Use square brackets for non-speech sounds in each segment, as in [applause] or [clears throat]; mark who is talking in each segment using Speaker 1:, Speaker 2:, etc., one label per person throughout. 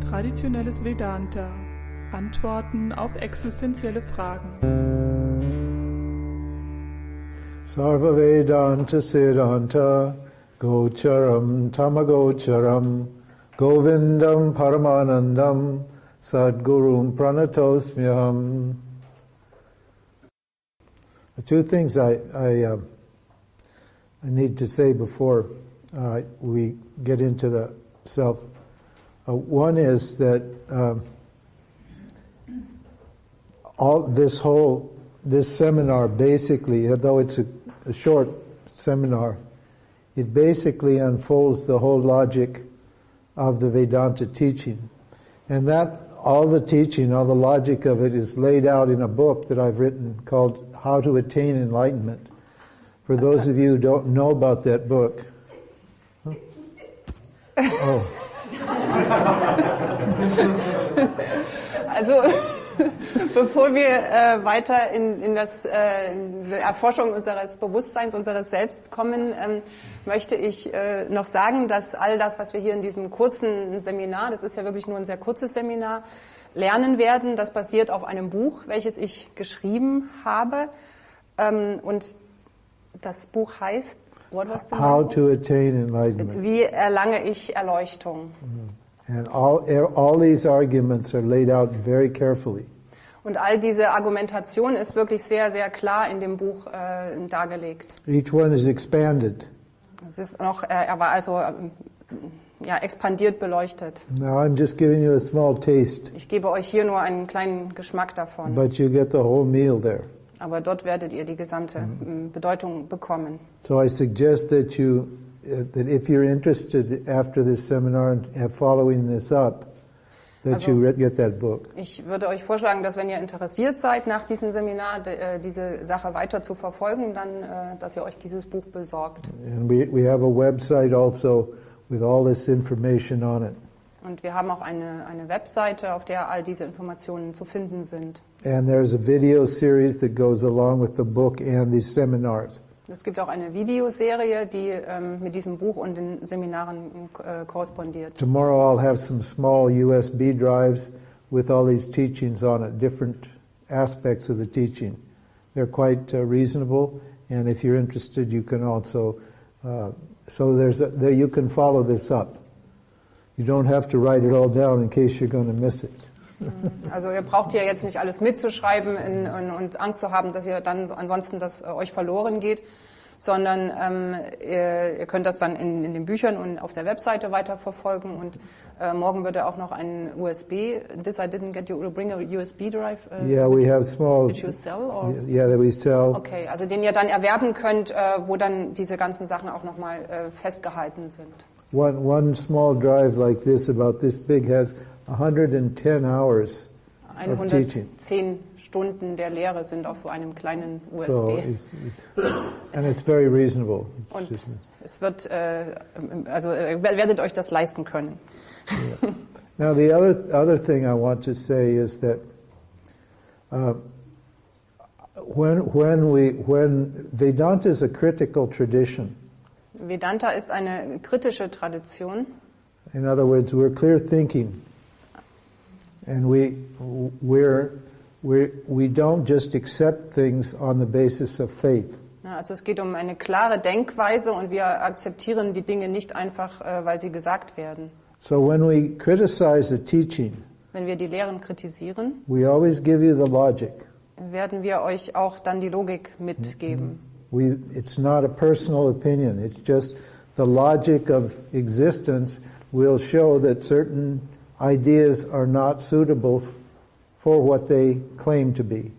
Speaker 1: Traditionelles Vedanta – Antworten auf existenzielle Fragen.
Speaker 2: Sarvavedanta Siddhanta Gocharam Tamagocharam Govindam Paramanandam Sadgurum Pranatosmyaham. Two things I, I, um, I need to say before uh, we get into the self. Uh, one is that um, all this whole this seminar basically, although it's a, a short seminar, it basically unfolds the whole logic of the Vedanta teaching, and that all the teaching, all the logic of it is laid out in a book that I've written called How to Attain Enlightenment. For those of you who don't know about that book, huh? oh.
Speaker 3: Also [laughs] bevor wir äh, weiter in, in, das, äh, in die Erforschung unseres Bewusstseins, unseres Selbst kommen, ähm, möchte ich äh, noch sagen, dass all das, was wir hier in diesem kurzen Seminar, das ist ja wirklich nur ein sehr kurzes Seminar, lernen werden, das basiert auf einem Buch, welches ich geschrieben habe. Ähm, und das Buch heißt What was the
Speaker 2: How
Speaker 3: name?
Speaker 2: to Attain Enlightenment.
Speaker 3: Wie erlange ich Erleuchtung?
Speaker 2: And all, all these arguments are laid out very carefully.
Speaker 3: Und all diese Argumentation ist wirklich sehr, sehr klar in dem Buch äh, dargelegt.
Speaker 2: Each one is expanded.
Speaker 3: Es ist noch, äh, er war also ähm, ja, expandiert beleuchtet.
Speaker 2: Now I'm just giving you a small taste,
Speaker 3: Ich gebe euch hier nur einen kleinen Geschmack davon,
Speaker 2: but you get the whole meal there.
Speaker 3: aber dort werdet ihr die gesamte ähm, Bedeutung bekommen.
Speaker 2: So I suggest that you, uh, that if you're interested after this seminar and and following this up, that you re- get that book.
Speaker 3: Ich würde euch vorschlagen, dass wenn ihr interessiert seid, nach diesem Seminar de, äh, diese Sache weiter zu verfolgen, dann, äh, dass ihr euch dieses Buch besorgt.
Speaker 2: And we, we have a website also with all this information on it.
Speaker 3: Und wir haben auch eine, eine Webseite, auf der all diese Informationen zu finden sind.
Speaker 2: And there's a video series that goes along with the book and these seminars.
Speaker 3: Es gibt auch eine Videoserie, die ähm, mit diesem Buch und den Seminaren äh, korrespondiert.
Speaker 2: Tomorrow I'll have some small USB drives with all these teachings on it, different aspects of the teaching. They're quite uh, reasonable, and if you're interested, you can also, uh, so there's, a, there you can follow this up. You don't have to write it all down in case you're going to miss it.
Speaker 3: Also ihr braucht ja jetzt nicht alles mitzuschreiben in, in, und Angst zu haben, dass ihr dann so- ansonsten das äh, euch verloren geht, sondern ähm, ihr, ihr könnt das dann in, in den Büchern und auf der Webseite weiterverfolgen. Und äh, morgen wird ja auch noch ein USB. This I didn't get you to bring a USB drive. äh,
Speaker 2: Yeah, we have small,
Speaker 3: Which you sell or?
Speaker 2: yeah, that we sell.
Speaker 3: Okay, also den ihr dann erwerben könnt, äh, wo dann diese ganzen Sachen auch nochmal äh, festgehalten sind.
Speaker 2: One, one small drive like this, about this big, has 110 hours of teaching.
Speaker 3: 110 Stunden der Lehre sind auf so einem kleinen USB.
Speaker 2: So it's, it's, and it's very reasonable. It's
Speaker 3: und
Speaker 2: just-
Speaker 3: es wird, äh, also äh, werdet euch das leisten können.
Speaker 2: now the other other thing I want to say is that uh, when when we when Vedanta is a critical tradition.
Speaker 3: Vedanta ist eine kritische Tradition.
Speaker 2: In other words, we're clear thinking, and we we're we we don't just accept things on the basis of faith.
Speaker 3: Ja, Also es geht um eine klare Denkweise und wir akzeptieren die Dinge nicht einfach, äh, weil sie gesagt werden.
Speaker 2: So when we criticize the teaching,
Speaker 3: Wenn wir die Lehren kritisieren,
Speaker 2: we always give you the logic.
Speaker 3: werden wir euch auch dann die Logik
Speaker 2: Mhm.
Speaker 3: mitgeben.
Speaker 2: We, it's not a personal opinion. It's just the logic of existence will show that certain ideas are not suitable for what they claim to be.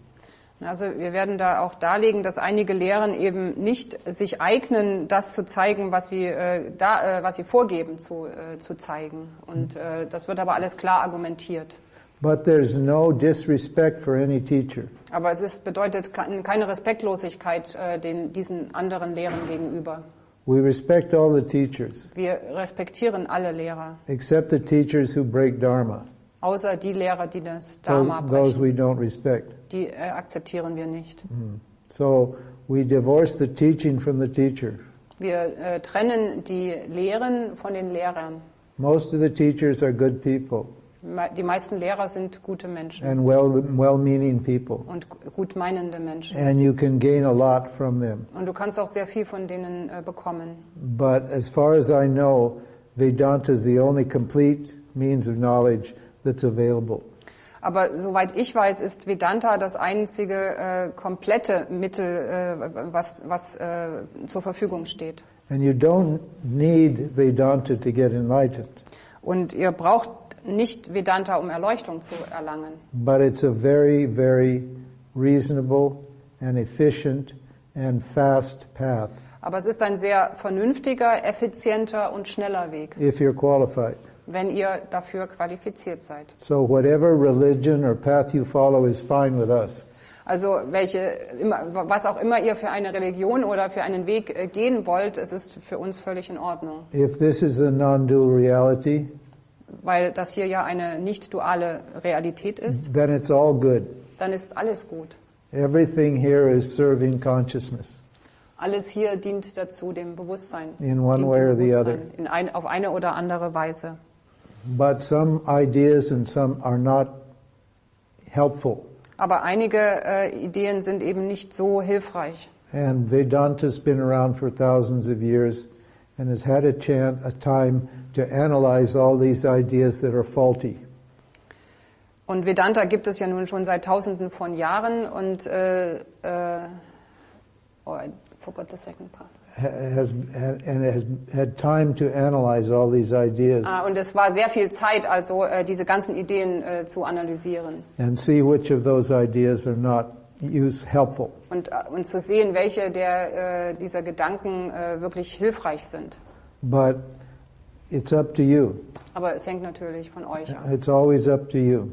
Speaker 3: Also wir werden da auch darlegen, dass einige Lehren eben nicht sich eignen, das zu zeigen, was sie äh, da, äh, was sie vorgeben zu, äh, zu zeigen. Und äh, das wird aber alles klar argumentiert.
Speaker 2: But there's no disrespect for any teacher.
Speaker 3: Aber es ist, bedeutet kein- keine Respektlosigkeit äh, den, diesen anderen Lehrern gegenüber.
Speaker 2: We respect all the teachers,
Speaker 3: Wir respektieren alle Lehrer,
Speaker 2: except the teachers who break Dharma.
Speaker 3: außer die Lehrer, die
Speaker 2: Those,
Speaker 3: das Dharma
Speaker 2: those
Speaker 3: brechen.
Speaker 2: we don't respect.
Speaker 3: Die äh, akzeptieren wir nicht.
Speaker 2: Mhm. So we divorce the teaching from the teacher.
Speaker 3: Wir äh, trennen die Lehren von den Lehrern.
Speaker 2: Most of the teachers are good people.
Speaker 3: me- die meisten Lehrer sind gute Menschen
Speaker 2: and well, well-meaning people.
Speaker 3: und gu- gutmeinende Menschen.
Speaker 2: And you can gain a lot from them.
Speaker 3: Und du kannst auch sehr viel von denen äh, bekommen.
Speaker 2: But as far as I know, Vedanta is the only complete means of knowledge that's available.
Speaker 3: Aber soweit ich weiß, ist Vedanta das einzige äh, komplette Mittel, äh, was, was äh, zur Verfügung steht.
Speaker 2: And you don't need Vedanta to get enlightened,
Speaker 3: Und ihr braucht nicht Vedanta, um Erleuchtung zu erlangen.
Speaker 2: but it's a very, very reasonable and efficient and fast path
Speaker 3: Aber es ist ein sehr vernünftiger, effizienter und schneller Weg,
Speaker 2: if you're qualified.
Speaker 3: wenn ihr dafür qualifiziert seid.
Speaker 2: So whatever religion or path you follow is fine with us.
Speaker 3: Also welche, immer, was auch immer ihr für eine Religion oder für einen Weg äh, gehen wollt, es ist für uns völlig in Ordnung,
Speaker 2: If this is a non-dual reality,
Speaker 3: weil das hier ja eine nicht duale Realität ist.
Speaker 2: then it's all good.
Speaker 3: Dann ist alles gut.
Speaker 2: Everything here is serving consciousness.
Speaker 3: Alles hier dient dazu dem Bewusstsein.
Speaker 2: In one
Speaker 3: Dient
Speaker 2: way
Speaker 3: dem
Speaker 2: or the
Speaker 3: Bewusstsein In ein, auf eine oder andere Weise.
Speaker 2: But some ideas and some are not helpful.
Speaker 3: Aber einige äh, Ideen sind eben nicht so hilfreich.
Speaker 2: And Vedanta's been around for thousands of years and has had a chance, a time to analyze all these ideas that are faulty.
Speaker 3: Und Vedanta gibt es ja nun schon seit Tausenden von Jahren und äh, äh, oh, I forgot the second part.
Speaker 2: ha- Has, ha- and has had time to analyze all these ideas
Speaker 3: Ah, und es war sehr viel Zeit, also äh, diese ganzen Ideen äh, zu analysieren
Speaker 2: and see which of those ideas are not use helpful.
Speaker 3: und, äh, und zu sehen, welche der, äh, dieser Gedanken äh, wirklich hilfreich sind.
Speaker 2: But it's up to you.
Speaker 3: Aber es hängt natürlich von euch ab.
Speaker 2: It's always up to you.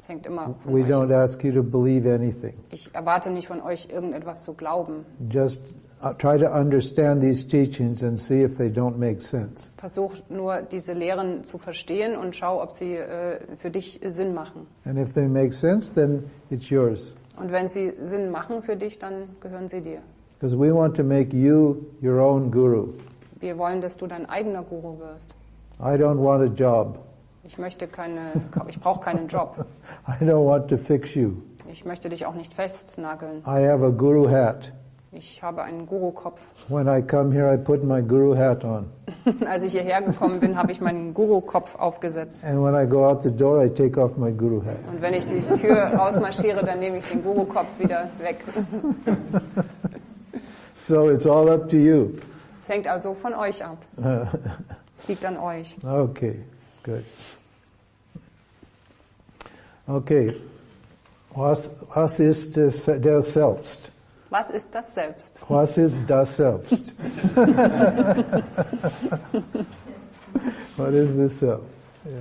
Speaker 3: Es hängt immer von
Speaker 2: We
Speaker 3: euch
Speaker 2: don't
Speaker 3: ab.
Speaker 2: ask you to believe anything.
Speaker 3: Ich erwarte nicht von euch, irgendetwas zu glauben.
Speaker 2: Just uh, try to understand these teachings and see if they don't make sense.
Speaker 3: Versuch nur, diese Lehren zu verstehen und schau, ob sie äh, für dich Sinn machen.
Speaker 2: And if they make sense, then it's yours.
Speaker 3: Und wenn sie Sinn machen für dich, dann gehören sie dir.
Speaker 2: Because we want to make you your own guru.
Speaker 3: Wir wollen, dass du dein eigener Guru wirst.
Speaker 2: I don't want a job. [laughs]
Speaker 3: Ich möchte keine, ich brauche keinen Job.
Speaker 2: I don't want to fix you.
Speaker 3: Ich möchte dich auch nicht festnageln.
Speaker 2: I have a guru hat.
Speaker 3: Ich habe einen Guru-Kopf.
Speaker 2: When I come here, I put my guru hat on.
Speaker 3: Als ich hierher gekommen bin, habe ich meinen Guru-Kopf aufgesetzt.
Speaker 2: And when I go out the door, I take off my guru hat.
Speaker 3: Und wenn ich die Tür rausmarschiere, dann nehme ich den Guru-Kopf wieder weg.
Speaker 2: So it's all up to you.
Speaker 3: Es hängt also von euch ab. Es liegt an euch.
Speaker 2: Okay, good. Okay. Was, was ist das, der Selbst?
Speaker 3: Was ist das Selbst?
Speaker 2: Was ist das Selbst? What is the Self? Yeah.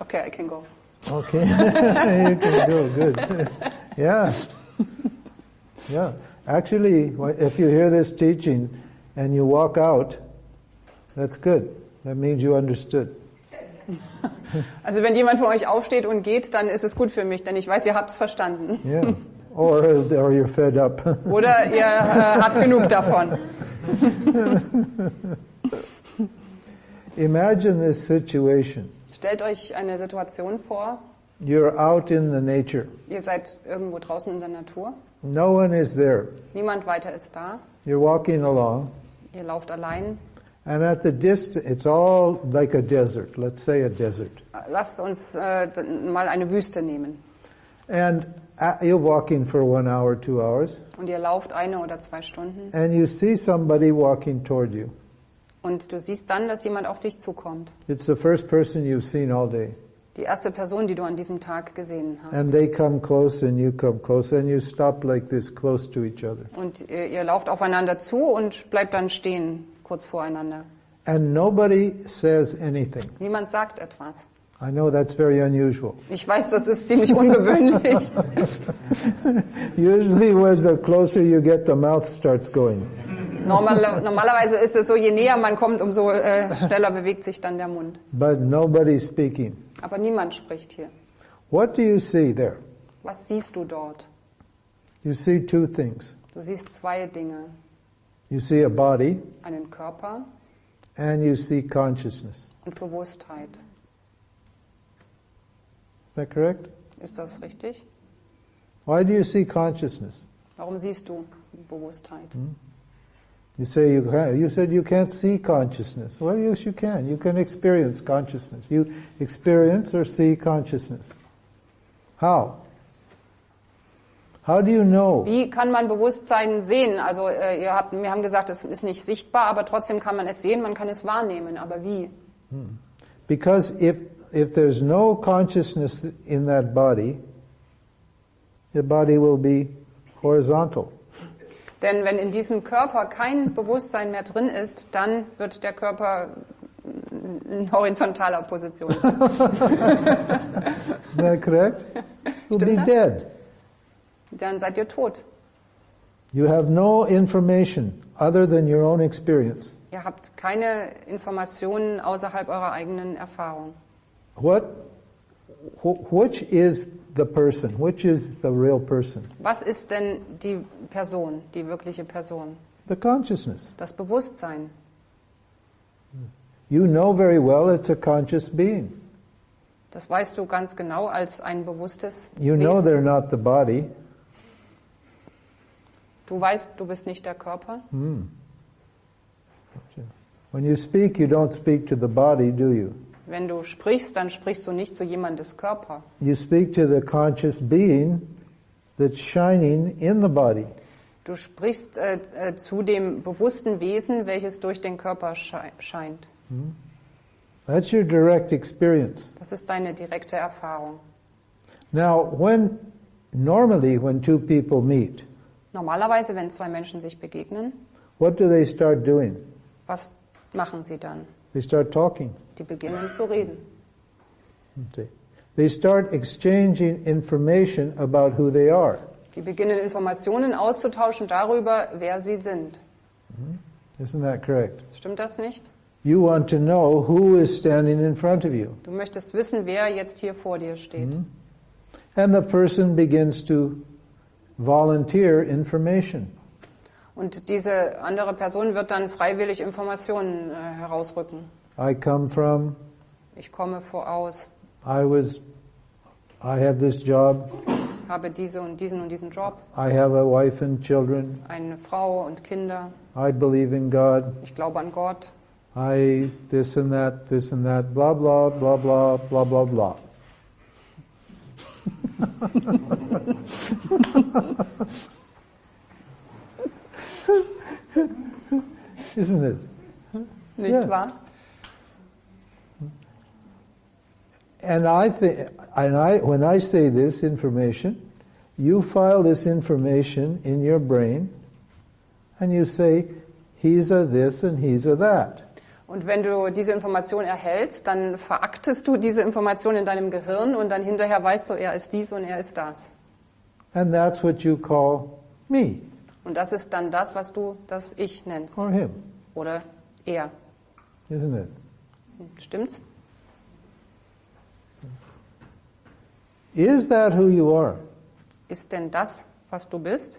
Speaker 3: Okay, I can go.
Speaker 2: Okay, [laughs] you can go, good. Yeah. Yeah. Actually, wh- if you hear this teaching and you walk out, that's good. That means you understood.
Speaker 3: Also wenn jemand von euch aufsteht und geht, dann ist es gut für mich, denn ich weiß, ihr habt es verstanden.
Speaker 2: Yeah. Or, or you're fed up. [laughs]
Speaker 3: Oder ihr äh, habt genug davon.
Speaker 2: Imagine this situation.
Speaker 3: Stellt euch eine Situation vor,
Speaker 2: You're out in the nature.
Speaker 3: ihr seid irgendwo draußen in der Natur,
Speaker 2: No one is there.
Speaker 3: niemand weiter ist da,
Speaker 2: You're walking along,
Speaker 3: ihr lauft allein.
Speaker 2: and at the distance, it's all like a desert. Let's say a desert.
Speaker 3: Lasst uns äh, d- mal eine Wüste nehmen.
Speaker 2: And uh, you're walking for one hour, two hours,
Speaker 3: Und ihr lauft eine oder zwei Stunden
Speaker 2: and you see somebody walking toward you.
Speaker 3: und du siehst dann, dass jemand auf dich zukommt.
Speaker 2: It's the first person you've seen all day.
Speaker 3: Die erste Person, die du an diesem Tag gesehen hast.
Speaker 2: And they come close and you come close and you stop like this close to each other.
Speaker 3: Und ihr, ihr lauft aufeinander zu und bleibt dann stehen, kurz voreinander.
Speaker 2: And nobody says anything.
Speaker 3: Niemand sagt etwas.
Speaker 2: I know that's very unusual. [laughs]
Speaker 3: Ich weiß, das ist ziemlich [laughs] ungewöhnlich.
Speaker 2: Usually, was the closer you get, the mouth starts going.
Speaker 3: Normal, normalerweise ist es so, je näher man kommt, umso äh, schneller bewegt sich dann der Mund.
Speaker 2: But nobody's speaking.
Speaker 3: Aber niemand spricht hier.
Speaker 2: What do you see there?
Speaker 3: Was siehst du dort?
Speaker 2: You see two things.
Speaker 3: Du siehst zwei Dinge.
Speaker 2: You see a body
Speaker 3: Einen Körper
Speaker 2: and you see consciousness.
Speaker 3: und Bewusstheit.
Speaker 2: Is that correct?
Speaker 3: Ist das richtig?
Speaker 2: Why do you see consciousness?
Speaker 3: Warum siehst du Bewusstheit?
Speaker 2: You say you can, you said you can't see consciousness. Well, yes, you can. You can experience consciousness. You experience or see consciousness. How? How do you know?
Speaker 3: Wie kann man Bewusstsein sehen? Also äh, ihr habt, wir haben gesagt, es ist nicht sichtbar, aber trotzdem kann man es sehen, man kann es wahrnehmen. Aber wie?
Speaker 2: Because if if there's no consciousness in that body, the body will be horizontal.
Speaker 3: Denn wenn in diesem Körper kein Bewusstsein mehr drin ist, dann wird der Körper äh, in horizontaler Position.
Speaker 2: [laughs] Is that correct? You'll be
Speaker 3: Stimmt das?
Speaker 2: dead.
Speaker 3: Dann seid ihr tot.
Speaker 2: You have no information other than your own experience.
Speaker 3: Ihr habt keine Informationen außerhalb eurer eigenen Erfahrung.
Speaker 2: What, wh- which is the person? Which is the real person?
Speaker 3: Was ist denn die Person, die wirkliche Person?
Speaker 2: The consciousness.
Speaker 3: Das Bewusstsein.
Speaker 2: You know very well it's a conscious being.
Speaker 3: Das weißt du ganz genau als ein bewusstes
Speaker 2: You know
Speaker 3: Wesen.
Speaker 2: they're not the body.
Speaker 3: Du weißt, du bist nicht der Körper.
Speaker 2: When you speak, you don't speak to the body, do you?
Speaker 3: Wenn du sprichst, dann sprichst du nicht zu jemandes Körper.
Speaker 2: You speak to the conscious being that's shining in the body.
Speaker 3: Du sprichst äh, äh, zu dem bewussten Wesen, welches durch den Körper schei scheint.
Speaker 2: That's your direct experience.
Speaker 3: Das ist deine direkte Erfahrung.
Speaker 2: Now, when normally when two people meet,
Speaker 3: Normalerweise, wenn zwei Menschen sich begegnen,
Speaker 2: what do they start doing?
Speaker 3: was machen sie dann?
Speaker 2: They start talking.
Speaker 3: Die beginnen zu reden.
Speaker 2: See. They start exchanging information about who they are.
Speaker 3: Die beginnen Informationen auszutauschen darüber, wer sie sind.
Speaker 2: Isn't that correct?
Speaker 3: Stimmt das nicht?
Speaker 2: You want to know who is standing in front of you.
Speaker 3: Du möchtest wissen, wer jetzt hier vor dir steht.
Speaker 2: And the person begins to volunteer information.
Speaker 3: Und diese andere Person wird dann freiwillig Informationen äh, herausrücken.
Speaker 2: I come from,
Speaker 3: Ich komme voraus,
Speaker 2: I was, I have this job,
Speaker 3: habe diese und diesen und diesen Job,
Speaker 2: I have a wife and children,
Speaker 3: eine Frau und Kinder,
Speaker 2: I believe in God,
Speaker 3: ich glaube an Gott,
Speaker 2: I this and that, this and that, blah, blah, blah, blah, blah, blah, blah. [laughs] Isn't it?
Speaker 3: nicht
Speaker 2: Ja.
Speaker 3: wahr?
Speaker 2: And I think, and I, when I say this information, you file this information in your brain, and you say, he's a this and he's a that.
Speaker 3: Und wenn du diese Information erhältst, dann veraktest du diese Information in deinem Gehirn und dann hinterher weißt du, er ist dies und er ist das.
Speaker 2: And that's what you call me,
Speaker 3: Und das ist dann das, was du das Ich nennst
Speaker 2: or him,
Speaker 3: oder er.
Speaker 2: isn't it?
Speaker 3: Stimmt's?
Speaker 2: Is that who you are?
Speaker 3: Ist denn das, was du bist?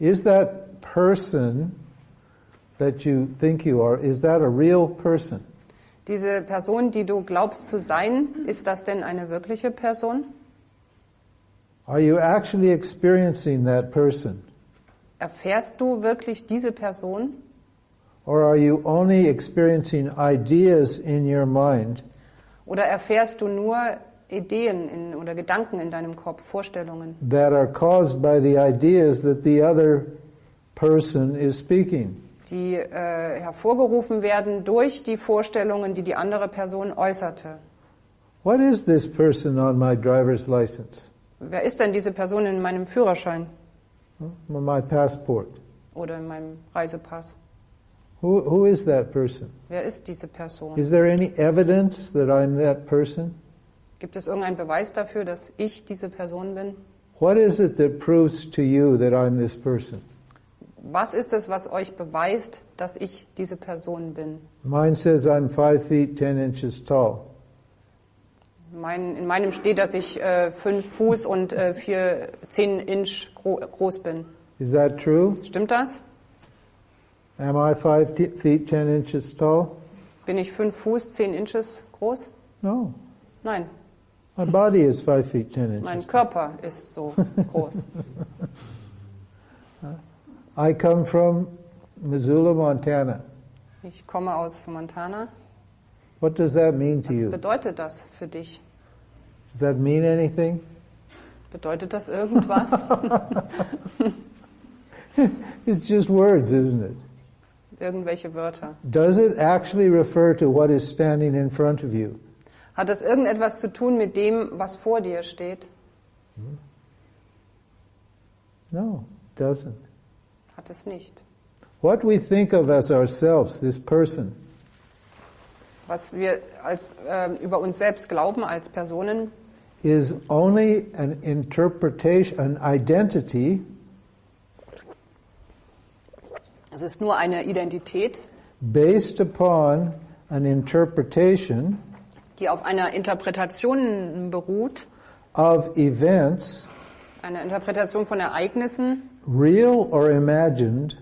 Speaker 2: Is that person that you think you are, is that a real person?
Speaker 3: Diese Person, die du glaubst zu sein, ist das denn eine wirkliche Person?
Speaker 2: Are you actually experiencing that person?
Speaker 3: Erfährst du wirklich diese Person?
Speaker 2: Or are you only experiencing ideas in your mind
Speaker 3: Oder erfährst du nur Ideen in, oder Gedanken in deinem Kopf, Vorstellungen,
Speaker 2: that are caused by the ideas that the other person is speaking?
Speaker 3: die äh, hervorgerufen werden durch die Vorstellungen, die die andere Person äußerte?
Speaker 2: What is this person on my driver's license?
Speaker 3: Wer ist denn diese Person in meinem Führerschein
Speaker 2: On my passport?
Speaker 3: oder in meinem Reisepass?
Speaker 2: Who, who is that person?
Speaker 3: Wer ist diese Person?
Speaker 2: Is there any evidence that I'm that person?
Speaker 3: Gibt es irgendeinen Beweis dafür, dass ich diese Person bin?
Speaker 2: What is it that proves to you that I'm this person?
Speaker 3: Was ist es, was euch beweist, dass ich diese Person bin?
Speaker 2: Mine says I'm five feet ten inches tall.
Speaker 3: Mein, in meinem steht, dass ich äh, fünf Fuß und äh, vier, zehn Inch gro groß bin.
Speaker 2: Is that true?
Speaker 3: Stimmt das?
Speaker 2: Am I five t- feet ten inches tall?
Speaker 3: Bin ich fünf Fuß, zehn Inches groß?
Speaker 2: No.
Speaker 3: Nein.
Speaker 2: My body is five feet ten
Speaker 3: Mein
Speaker 2: inches.
Speaker 3: Körper ist so groß.
Speaker 2: I come from Missoula, Montana.
Speaker 3: Ich komme aus Montana.
Speaker 2: What does that mean to
Speaker 3: Was
Speaker 2: you?
Speaker 3: bedeutet das für dich?
Speaker 2: Does that mean anything?
Speaker 3: Bedeutet das irgendwas?
Speaker 2: It's just words, isn't it?
Speaker 3: Irgendwelche Wörter.
Speaker 2: Does it actually refer to what is standing in front of you?
Speaker 3: Hat das irgendetwas zu tun mit dem, was vor dir steht?
Speaker 2: No, it doesn't.
Speaker 3: Hat es nicht.
Speaker 2: What we think of as ourselves, this person,
Speaker 3: Was wir als, ähm, über uns selbst glauben als Personen,
Speaker 2: is only an interpretation, an identity
Speaker 3: es ist nur eine Identität,
Speaker 2: based upon an interpretation
Speaker 3: die auf einer Interpretation beruht,
Speaker 2: of events,
Speaker 3: einer Interpretation von Ereignissen
Speaker 2: real or imagined,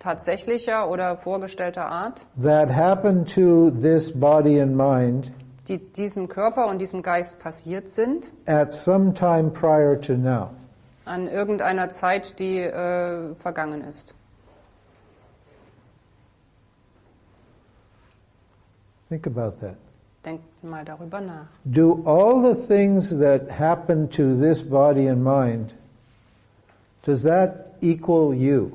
Speaker 3: tatsächlicher oder vorgestellter Art,
Speaker 2: that happen to this body and mind
Speaker 3: die diesem Körper und diesem Geist passiert sind,
Speaker 2: at some time prior to now.
Speaker 3: an irgendeiner Zeit, die äh, vergangen ist.
Speaker 2: Think about that.
Speaker 3: Denkt mal darüber nach.
Speaker 2: Do all the things that happen to this body and mind, does that equal you?